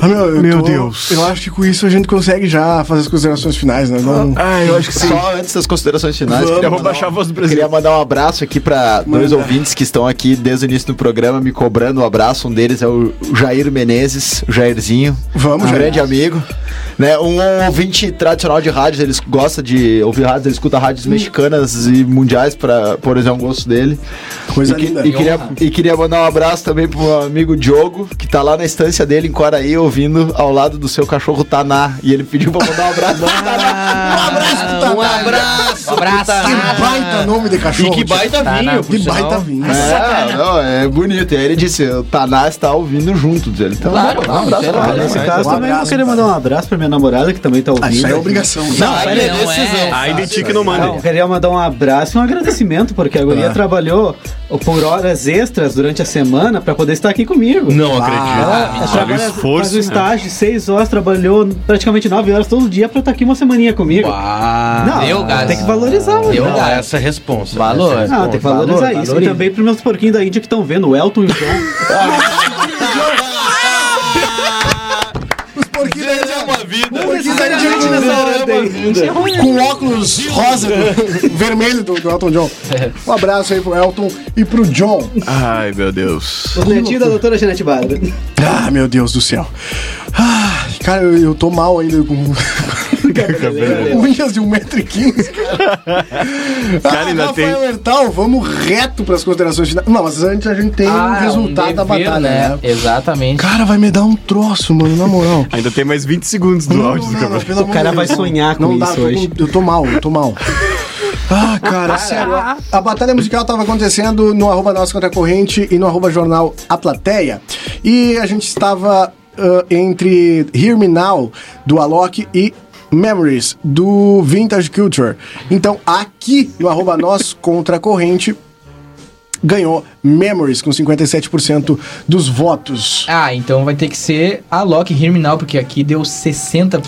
Ah, meu eu Meu tô- Deus. Eu acho que com isso a gente consegue já fazer as considerações finais, né? Vamos- Ah, eu acho que sim. Só antes das considerações finais, Vamos, queria vou mandar, baixar a voz do um, Brasil. queria mandar um abraço aqui para dois ouvintes que estão aqui desde o início do programa me cobrando um abraço. Um deles é o Jair Menezes, o Jairzinho. Vamos, um Jair. grande amigo. Né, um ouvinte tradicional de rádios, ele gosta de ouvir rádios, ele escuta rádios mexicanas e mundiais, pra, por exemplo, o gosto dele. Coisa e, que- linda. E queria, e queria mandar um abraço também pro meu amigo Diogo, que tá lá na estância dele, em Quaraí, ouvindo ao lado do seu cachorro Taná. E ele pediu pra mandar um abraço pro Taná. Um abraço pro Taná. Um abraço, Que baita nome de cachorro. E que baita tio. vinho, por Que sinal. baita vinho. Ah, É, não, é bonito. E aí ele disse, o Taná está ouvindo junto dele. Então, Claro, um claro, abraço claro, pra ele. Nesse caso, também eu queria mandar um abraço pra minha namorada, que também tá ouvindo. isso aí é obrigação. Não, aí é decisão. Aí de ti que não Ah. manda. Não, eu queria mandar um abraço e um agradecimento, porque a guria trabalhou por horas extras durante a semana pra poder estar aqui comigo. Não acredito. Ela Olha o trabalha, esforço, faz o né? estágio, seis horas, trabalhou praticamente nove horas todo dia pra estar aqui uma semaninha comigo. não, Ah, deu, gás. tem que valorizar o Deu, né? não, gás. Essa responsa. Valor. Essa não, Ah, tem que valorizar Valor, isso. valoriza. E também pros meus porquinhos da Índia que estão vendo, o Elton e o João. Os porquinhos da uma vida. Porquinhos da Índia né? com óculos rosa, vermelho do, do Elton John. É. Um abraço aí pro Elton e pro John. Ai, meu Deus. Os netinhos da doutora Janete Barra. Ah, meu Deus do céu. Ah, cara, eu, eu tô mal ainda com unhas de 1,15m. Cara, ainda Ah, Rafael tem- Hertal, vamos reto pras considerações finais. Não, mas antes a gente tem Ah, é o um resultado da batalha, Ah, um né? Exatamente. Cara, vai me dar um troço, mano, na moral. Ainda tem mais 20 segundos do áudio do cabelo. pelo amor O cara de vai Deus, sonhar com não dá, isso eu tô hoje. com- Eu tô mal, eu tô mal. Ah, cara, sério. a- A batalha musical tava acontecendo no arroba nossa contra a corrente e no arroba jornal A Plateia. E a gente estava ah, entre Hear Me Now, do Alok, e Memories, do Vintage Culture. Então, aqui no arroba nós contra a corrente, ganhou Memories, com 57% dos votos. Ah, então vai ter que ser a Loki Herminal, porque aqui deu 60%.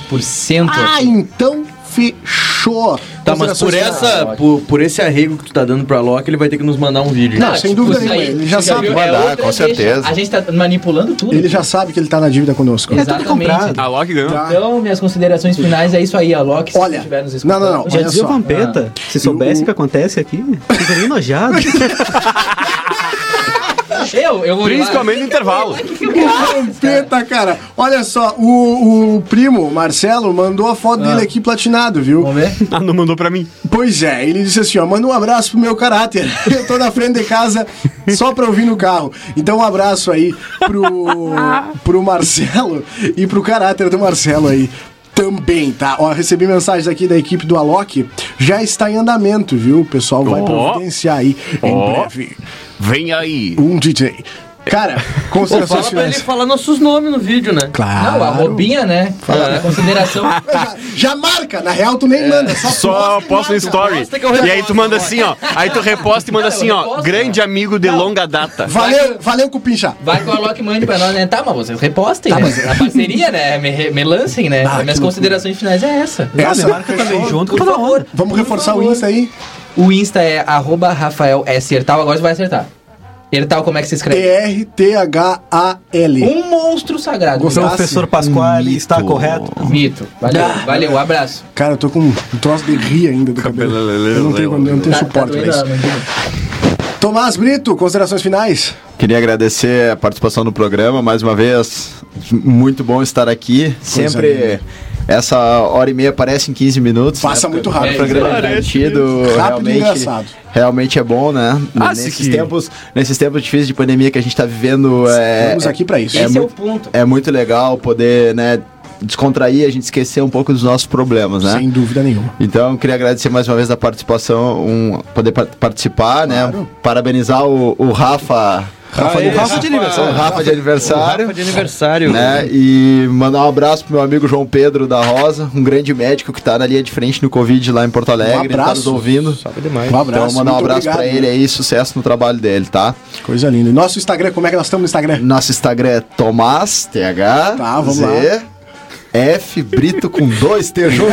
Ah, então fechou. Tá, mas por, Considerações finais. essa, por, por esse arrego que tu tá dando pra Loki, ele vai ter que nos mandar um vídeo. Não, sem dúvida isso nenhuma. aí, Ele já isso aí sabe. é mandar, outra com deixa. certeza. A gente tá manipulando tudo. Ele já sabe que ele tá na dívida conosco. Exatamente. A Ah, Loki ganhou. Tá? Então, minhas considerações finais é isso aí, a Loki. se Olha, estiver nos não, não, não, escutando. Já Olha dizia o só. Vampeta, se soubesse o que acontece aqui, ficaria enojado. Eu, eu vou ir lá. Principalmente no intervalo. Vampeta, cara. Olha só, o, o primo, Marcelo, mandou a foto dele aqui platinado, viu? Vamos ver? Ah, não mandou pra mim. Pois é, ele disse assim, ó, manda um abraço pro meu caráter. Eu tô na frente de casa só pra ouvir no carro. Então um abraço aí pro, pro Marcelo e pro caráter do Marcelo aí. Também, tá? Ó, recebi mensagens aqui da equipe do Alok. Já está em andamento, viu? O pessoal vai Ó. providenciar aí em Ó. breve. Vem aí. Um DJ. Cara, Pô, fala considerações pra ele finais. falar nossos nomes no vídeo, né? Claro. Não, a roupinha, né? A consideração. Já, já marca, na real tu nem manda, só, Só e posta no marca. story. que eu reposto, E aí tu manda assim, ó. Aí tu reposta e manda Não, eu assim, ó. reposto, Grande amigo de longa data. Valeu, valeu, Cupincha. Vai com a Loki mande pra nós, né? Tá, mas vocês repostem, né? A parceria, né? Me, re- me lancem, né? Ah, Minhas que considerações finais é essa. Essa marca também junto, Por por favor. favor. Vamos reforçar o Insta aí? O Insta é arroba Rafael S. Hertal, agora você vai acertar. Hertal, como é que se escreve? T-R-T-H-A-L. Um monstro sagrado. Gostamos, Graça. professor Pasquale, está correto. Mito. Valeu, valeu, um abraço. Cara, eu tô com um troço de ri ainda do cabelo. Eu não tenho, eu não Tá, tenho suporte pra doendo isso. a mandíbula. Tomás Brito, considerações finais? Queria agradecer a participação no programa mais uma vez. Muito bom estar aqui. Sempre Essa hora e meia parece em 15 minutos. né? Passa muito Porque rápido. O programa é Parece divertido, mesmo. Rápido e realmente, engraçado. realmente é bom, né? Ah, nesses, se que- tempos, nesses tempos difíceis de pandemia que a gente tá vivendo. É, Estamos aqui pra isso. É Esse é o muito, ponto. É muito legal poder, né? Descontrair, a gente esquecer um pouco dos nossos problemas, né? Sem dúvida nenhuma. Então, queria agradecer mais uma vez a participação, um, poder pa- participar, né? Parabenizar o, o Rafa. Rafa de- Rafa de aniversário. O Rafa de aniversário. O Rafa de aniversário. Né? E mandar um abraço pro meu amigo João Pedro da Rosa, um grande médico que tá na linha de frente no Covid lá em Porto Alegre. ele tá nos Um abraço. ouvindo. Sabe demais. Um abraço, Então, mandar um muito abraço obrigado, pra ele né? aí, sucesso no trabalho dele, tá? Coisa linda. E nosso Instagram, como é que nós estamos no Instagram? Nosso Instagram é Tomás, TH, Tá, vamos Z, lá. F, Brito com dois T junto.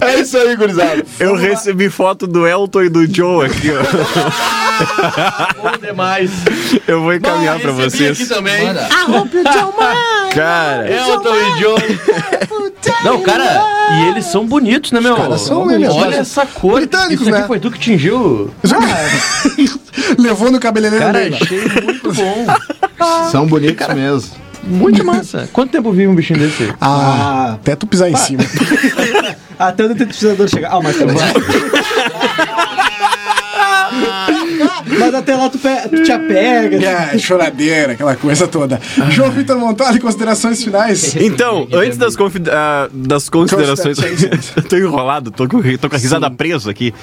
É isso aí, gurizada. Eu recebi foto do Elton e do Joe aqui, ó. Bom demais. Eu vou encaminhar pra vocês. Cara. É Elton e John. Não, cara, e eles são bonitos, né, meu? caras são, né, meu? Olha essa cor. Britânicos, Isso aqui né? foi tu que tingiu. Levou no cabeleireiro Cara, dele. achei muito bom. São bonitos mesmo. Muito massa. Quanto tempo vive um bichinho desse? aí? Ah, até tu pisar em cima. Até o detetificador chegar. Ah, mas também. Mas até lá tu, te apega. É, choradeira, aquela coisa toda. Ah. João Vitor Montoli, considerações finais. Então, antes das, confi- ah, das considerações. Considerações. eu tô enrolado, tô com, tô com a risada presa aqui.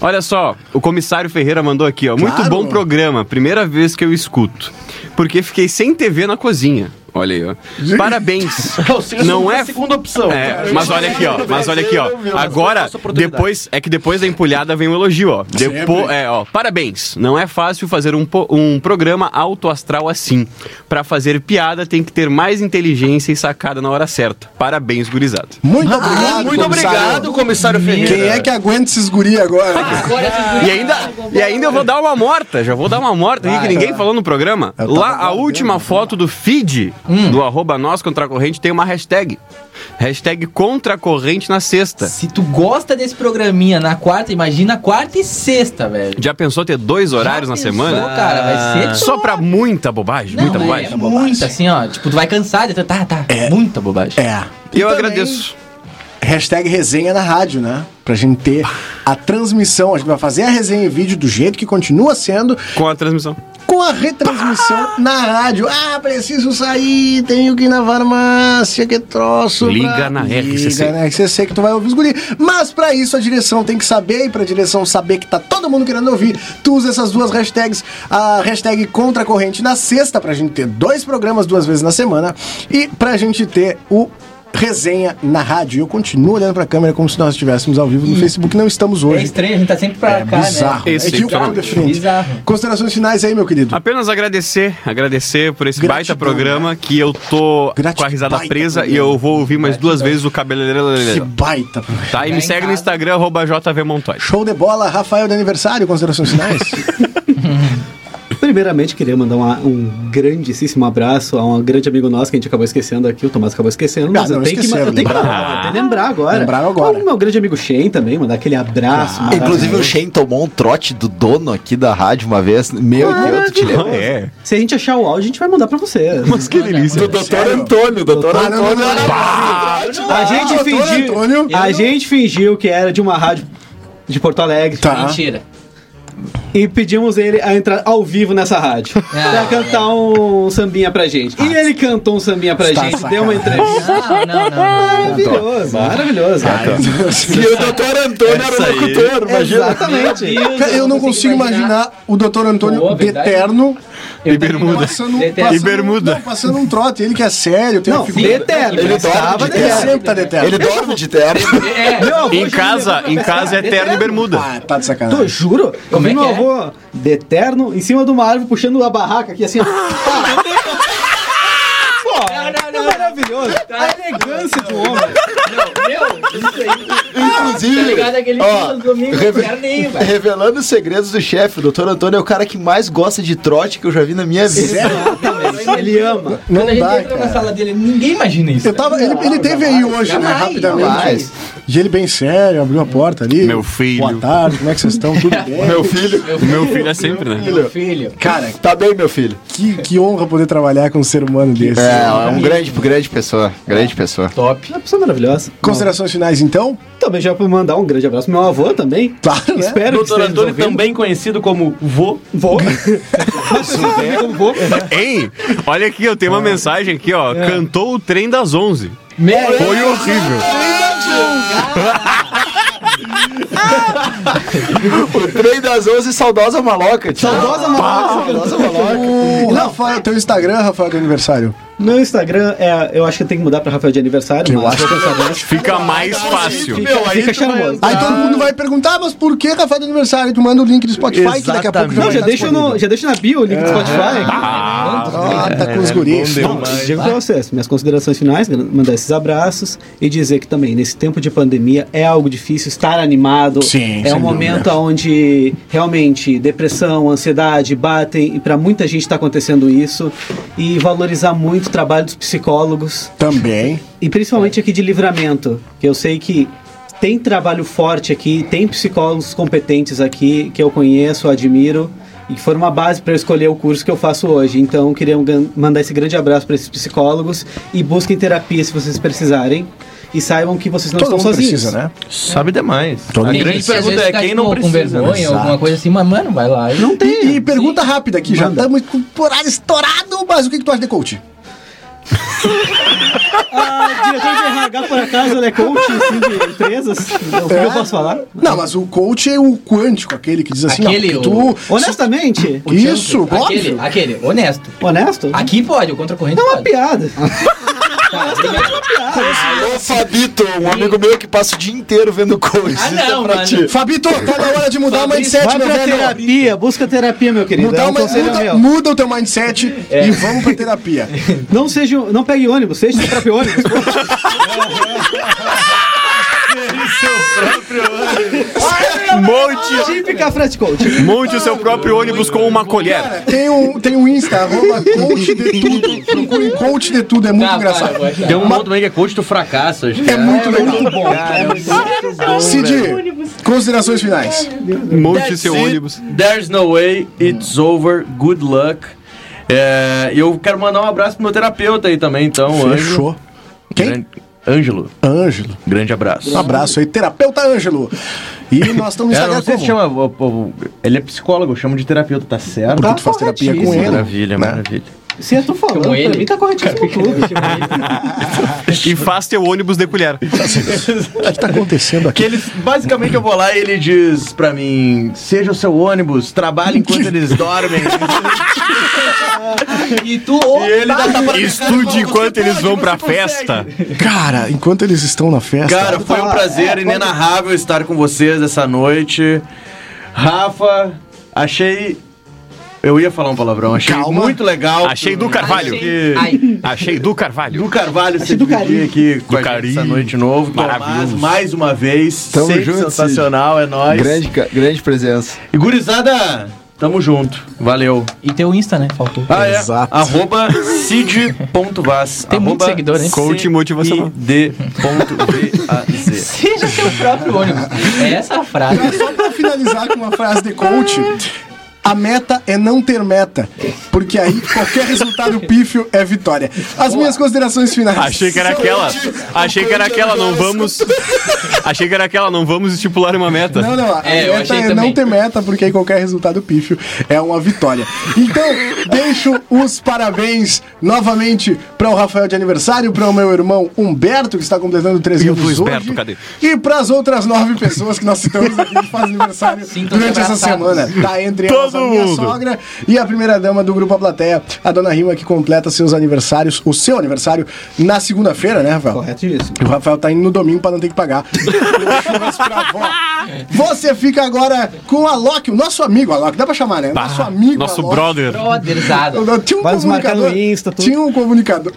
Olha só, o comissário Ferreira mandou aqui, ó. Muito Claro. bom programa, primeira vez que eu escuto. Porque fiquei sem TV na cozinha. Olha aí, ó. Parabéns. Ou seja, não a é. segunda opção. É, mas olha aqui, ó. Mas olha aqui, ó. Agora, depois. É que depois da empolhada vem o elogio, ó. Depois, Sempre. é, ó. Parabéns. Não é fácil fazer um, po- um programa autoastral assim. Pra fazer piada tem que ter mais inteligência e sacada na hora certa. Parabéns, gurizada. Muito obrigado. muito obrigado, comissário Ferreira. Quem é que aguenta esses guri agora? Ah. E ainda, e ainda eu vou dar uma morta, já vou dar uma morta aqui que ninguém falou no programa. Lá, a né? última foto do feed Hum. do arroba nós contra a corrente tem uma hashtag. Hashtag contra a corrente na sexta. Se tu gosta desse programinha na quarta, imagina quarta e sexta, velho. Já pensou ter dois horários na pensou, semana? Ah, cara? Vai ser Só pra muita bobagem, muita Não, é, bobagem. é muita, assim, ó. Tipo, tu vai cansar de... Tá, tá. Muita bobagem. É. E eu agradeço. Hashtag resenha na rádio, né? Pra gente ter a transmissão. A gente vai fazer a resenha em vídeo do jeito que continua sendo, Com a transmissão. com a retransmissão na rádio. Ah, preciso sair, tenho que ir na farmácia, que troço. Liga na RCC. Liga na RCC que tu vai ouvir os guri. Mas pra isso a direção tem que saber, e pra direção saber que tá todo mundo querendo ouvir, tu usa essas duas hashtags, a hashtag contra a corrente na sexta, pra gente ter dois programas duas vezes na semana, e pra gente ter o resenha na rádio. Eu continuo olhando pra câmera como se nós estivéssemos ao vivo no Facebook, não estamos É hoje. estranho, a gente tá sempre pra cá, Bizarro. né? É de um carro de frente. Considerações finais aí, meu querido. Apenas agradecer, agradecer por esse baita Gratidão, programa que eu tô com a risada baita presa e programa. eu vou ouvir mais duas vezes o Que cabeleireiro. baita. programa. Tá? E me segue no Instagram, arroba JVMontoy. Show de bola, Rafael de aniversário, considerações finais? Primeiramente, queria mandar uma- um grandíssimo abraço a um grande amigo nosso que a gente acabou esquecendo aqui, o Tomás acabou esquecendo, mas Ah, eu, não, tenho que, ma- eu esqueceram, tenho que lembraram. mandar, eu tenho que lembrar agora. Lembraram agora. Ah, O meu grande amigo Shane também, mandar aquele abraço. Ah, Inclusive o maravilhoso. Shane tomou um trote do dono aqui da rádio uma vez. Meu Deus, tu te lembra? É. Se a gente achar o áudio, a gente vai mandar pra você. Mas que delícia. Do doutor Antônio, doutor Ah, não, não, Antônio. não, não. A gente É doutor fingiu. Antônio. A gente fingiu que era de uma rádio de Porto Alegre. Tá. Mentira. E pedimos ele a entrar ao vivo nessa rádio. É. pra cantar um sambinha pra gente. E ele cantou um sambinha pra Está gente, sacana. deu uma entrevista. Não, não, não. Maravilhoso, maravilhoso. E o doutor Antônio era o locutor, imagina. Exatamente. Cara, eu não consigo imaginar o doutor Antônio Boa, de verdade. terno E bermuda. passando, um De terno. passando- E bermuda. não, passando um trote. Ele que é sério, tem Não, uma figura. de terno. Ele Ele dorme estava de de Ele terno. sempre tá de terno. Ele dorme de terno. É, Em casa, em casa é terno e bermuda. Ah, tá de Tu, sacanagem. juro? Eu Como vi é meu que é? avô de eterno em cima de uma árvore puxando a barraca aqui assim, ó. Pô, é maravilhoso. A Tá elegância do homem. Inclusive, tá ligado aquele ó, dos domingos, reve- terninho, velho. revelando os segredos do chefe, o doutor Antônio é o cara que mais gosta de trote que eu já vi na minha vida. Ele ama. Não Quando a gente dá, entra na cara. sala dele, ninguém imagina isso. Eu tava, ele, ele teve aí hoje, né? jamais, Rapidamente. jamais. E ele bem sério, abriu a porta ali. Meu filho. Boa tarde, como é que vocês estão? Tudo bem? Meu filho. Meu filho é sempre, né? Meu filho. Cara, Tá bem, meu filho. que, que honra poder trabalhar com um ser humano desse. É, é um grande grande, grande pessoa. Grande pessoa. Top. É Uma pessoa maravilhosa. Considerações finais, então? Também já para mandar um grande abraço pro meu avô também. Claro, né? Doutor Espero que esteja nos Antônio, ouvindo. também conhecido como Vô. Vô. Ei, olha aqui, eu tenho uma mensagem aqui, ó. Cantou o trem das 11. Foi horrível. O trem das 11, saudosa maloca. Tio. Saudosa maloca. Saudosa maloca. O Rafael, teu Instagram, Rafael do Aniversário. Meu Instagram é. Eu acho que tem que mudar pra Rafael de aniversário, mas vou é pensar nessa. Fica mais fácil. Fica, fica charmoso. Aí todo mundo vai perguntar, "Ah, mas por que Rafael do Aniversário? Aí Tu manda o link do Spotify, que daqui a pouco Não, vai já estar deixa, disponível. no, já deixa na bio o link do Spotify. Então, Ah, tá com os guris. é, Bom, digo pra vocês, minhas considerações finais, gra- mandar esses abraços e dizer que também, nesse tempo de pandemia, é algo difícil estar animado. Sim, é sem um momento onde realmente depressão, ansiedade batem e pra muita gente tá acontecendo isso. E valorizar muito o trabalho dos psicólogos Também. e É. principalmente aqui de livramento, que eu sei que tem trabalho forte aqui, tem psicólogos competentes aqui que eu conheço, admiro e que foram uma base para eu escolher o curso que eu faço hoje. Então, eu queria um gan- mandar esse grande abraço para esses psicólogos e busquem terapia se vocês precisarem e saibam que vocês não Todo mundo estão sozinhos. precisa, né? Sabe demais. Todo a mundo grande às pergunta vezes, é fica, quem tipo, não Com precisa. vergonha, Exato. alguma coisa assim, mas, mano, vai lá. Não E, e pergunta rápida aqui, já Manda. estamos com o horário estourado, mas o que, que tu acha de coach? Ah, diretor de RH, por acaso, ele é coach assim, de empresas? O que eu É. posso falar? Não, mas o coach é o quântico, aquele que diz assim, Aquele, não, porque o- tu... Honestamente, Isso, aquele, óbvio. aquele, honesto. honesto, Aqui pode, o contracorrente é uma pode. piada. Ah, Ô, Fabito, um amigo meu que passa o dia inteiro vendo coach. Ah, Isso é não, pra mano. ti. Fabito, tá na hora de mudar o Fabrício, mindset, Vai meu pra velho. terapia, busca terapia, meu querido. Mudar é o É. um ma- conselho muda, meu. muda o teu mindset e vamos pra terapia. Não seja, não pegue ônibus, seja seu próprio ônibus. Monte, Típica frase coach. monte o seu próprio ônibus com uma colher. Tem um, tem um Insta, arroba coach de tudo. Procurem coach de tudo, é muito Tá, engraçado. vai, vai, Tem um monte também que é coach do fracasso. acho que É muito é legal. Cid, considerações finais. Monte o seu That's it. ônibus. There's no way, it's over, good luck. É, E eu quero mandar um abraço pro meu terapeuta aí também, então, Ângelo. Fechou. Quem? Grande- Ângelo, Ângelo. grande abraço. Um abraço aí, terapeuta Ângelo. E nós estamos no É, eu não Instagram sei se como? chama. o- o- ele é psicólogo, eu chamo de terapeuta, tá certo? Porque tu faz terapia com ele. né? Maravilha, Né? maravilha. Se eu tô falando, Como ele. pra mim tá corretíssimo tudo. E faz teu ônibus de colher. O que tá acontecendo aqui? Que ele, basicamente, eu vou lá e ele diz pra mim: seja o seu ônibus, trabalhe enquanto eles dormem. E tu ouve. e ele dá tapa Estude enquanto eles vão pra festa. Cara, enquanto eles estão na festa. Cara, foi um prazer inenarrável estar com vocês essa noite. Rafa, achei. Eu ia falar um palavrão, achei Calma. muito legal. Achei do Carvalho. Que- Ai, Achei do Carvalho. Do Carvalho se do dividir aqui com a gente Carinho. essa noite de novo. Maravilhoso. Tomás, mais uma vez. Tamo sempre junto, Cid. sensacional, é nóis. Grande, ca- grande presença. E gurizada, tamo junto. Valeu. e teu Insta, né? Faltou. Ah, é. Exato. Arroba cid.vaz. Tem muito seguidor, hein? Coach motivacional. Seja seu próprio ônibus. É essa a frase. Só pra finalizar com uma frase de coach. A meta é não ter meta, porque aí qualquer resultado pífio é vitória. As minhas considerações finais. Achei que era aquela. Achei que era aquela, não vamos. Achei que era aquela, não vamos estipular uma Não, meta. não, a É, eu meta achei é também. não ter meta, porque aí qualquer resultado pífio é uma vitória. Então, deixo os parabéns novamente para o Rafael de aniversário, para o meu irmão Humberto, que está completando 3 E o anos hoje. Luizberto, cadê? E para as outras nove pessoas que nós citamos aqui que fazem aniversário Sintam-se durante essa abraçados. semana. Tá entre Todo elas a minha mundo. sogra e a primeira dama do Grupo A Plateia, a dona Rima, que completa seus aniversários, o seu aniversário, na segunda-feira, né, Rafael? Correto isso. O Rafael tá indo no domingo pra não ter que pagar. Churrasco pra avó. Você fica agora com o Alok, o nosso amigo Alok, dá pra chamar, né? Nosso amigo Nosso Alok. brother. Brotherzada. Tinha um Vai nos marcar comunicador. no Insta, tudo. Tinha um comunicador.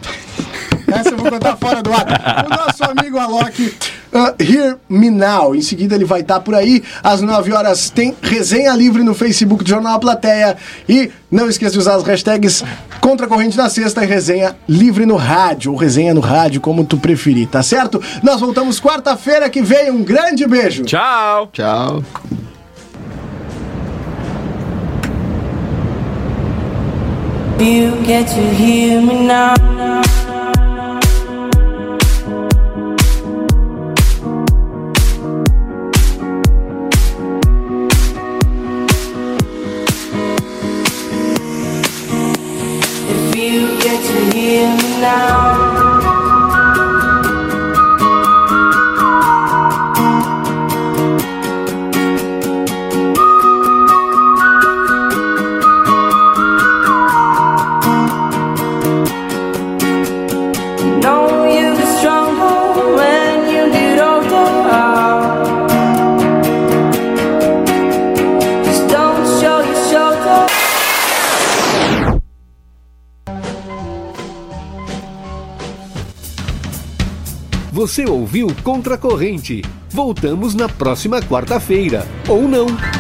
Essa eu vou contar fora do ar. O nosso amigo Alok, uh, Hear Me Now. Em seguida ele vai estar por aí. Às 9 horas tem resenha livre no Facebook do Jornal A Plateia. E não esqueça de usar as hashtags Contra a Corrente na Sexta e Resenha Livre no Rádio. Ou Resenha no Rádio, como tu preferir, tá certo? Nós voltamos quarta-feira que vem. Um grande beijo. Tchau. Tchau. You get to hear me now. you get to hear me now. Know you were stronger when you did all the harm. Just don't show your shoulder. Você ouviu Contra a Corrente. Voltamos na próxima quarta-feira, ou não.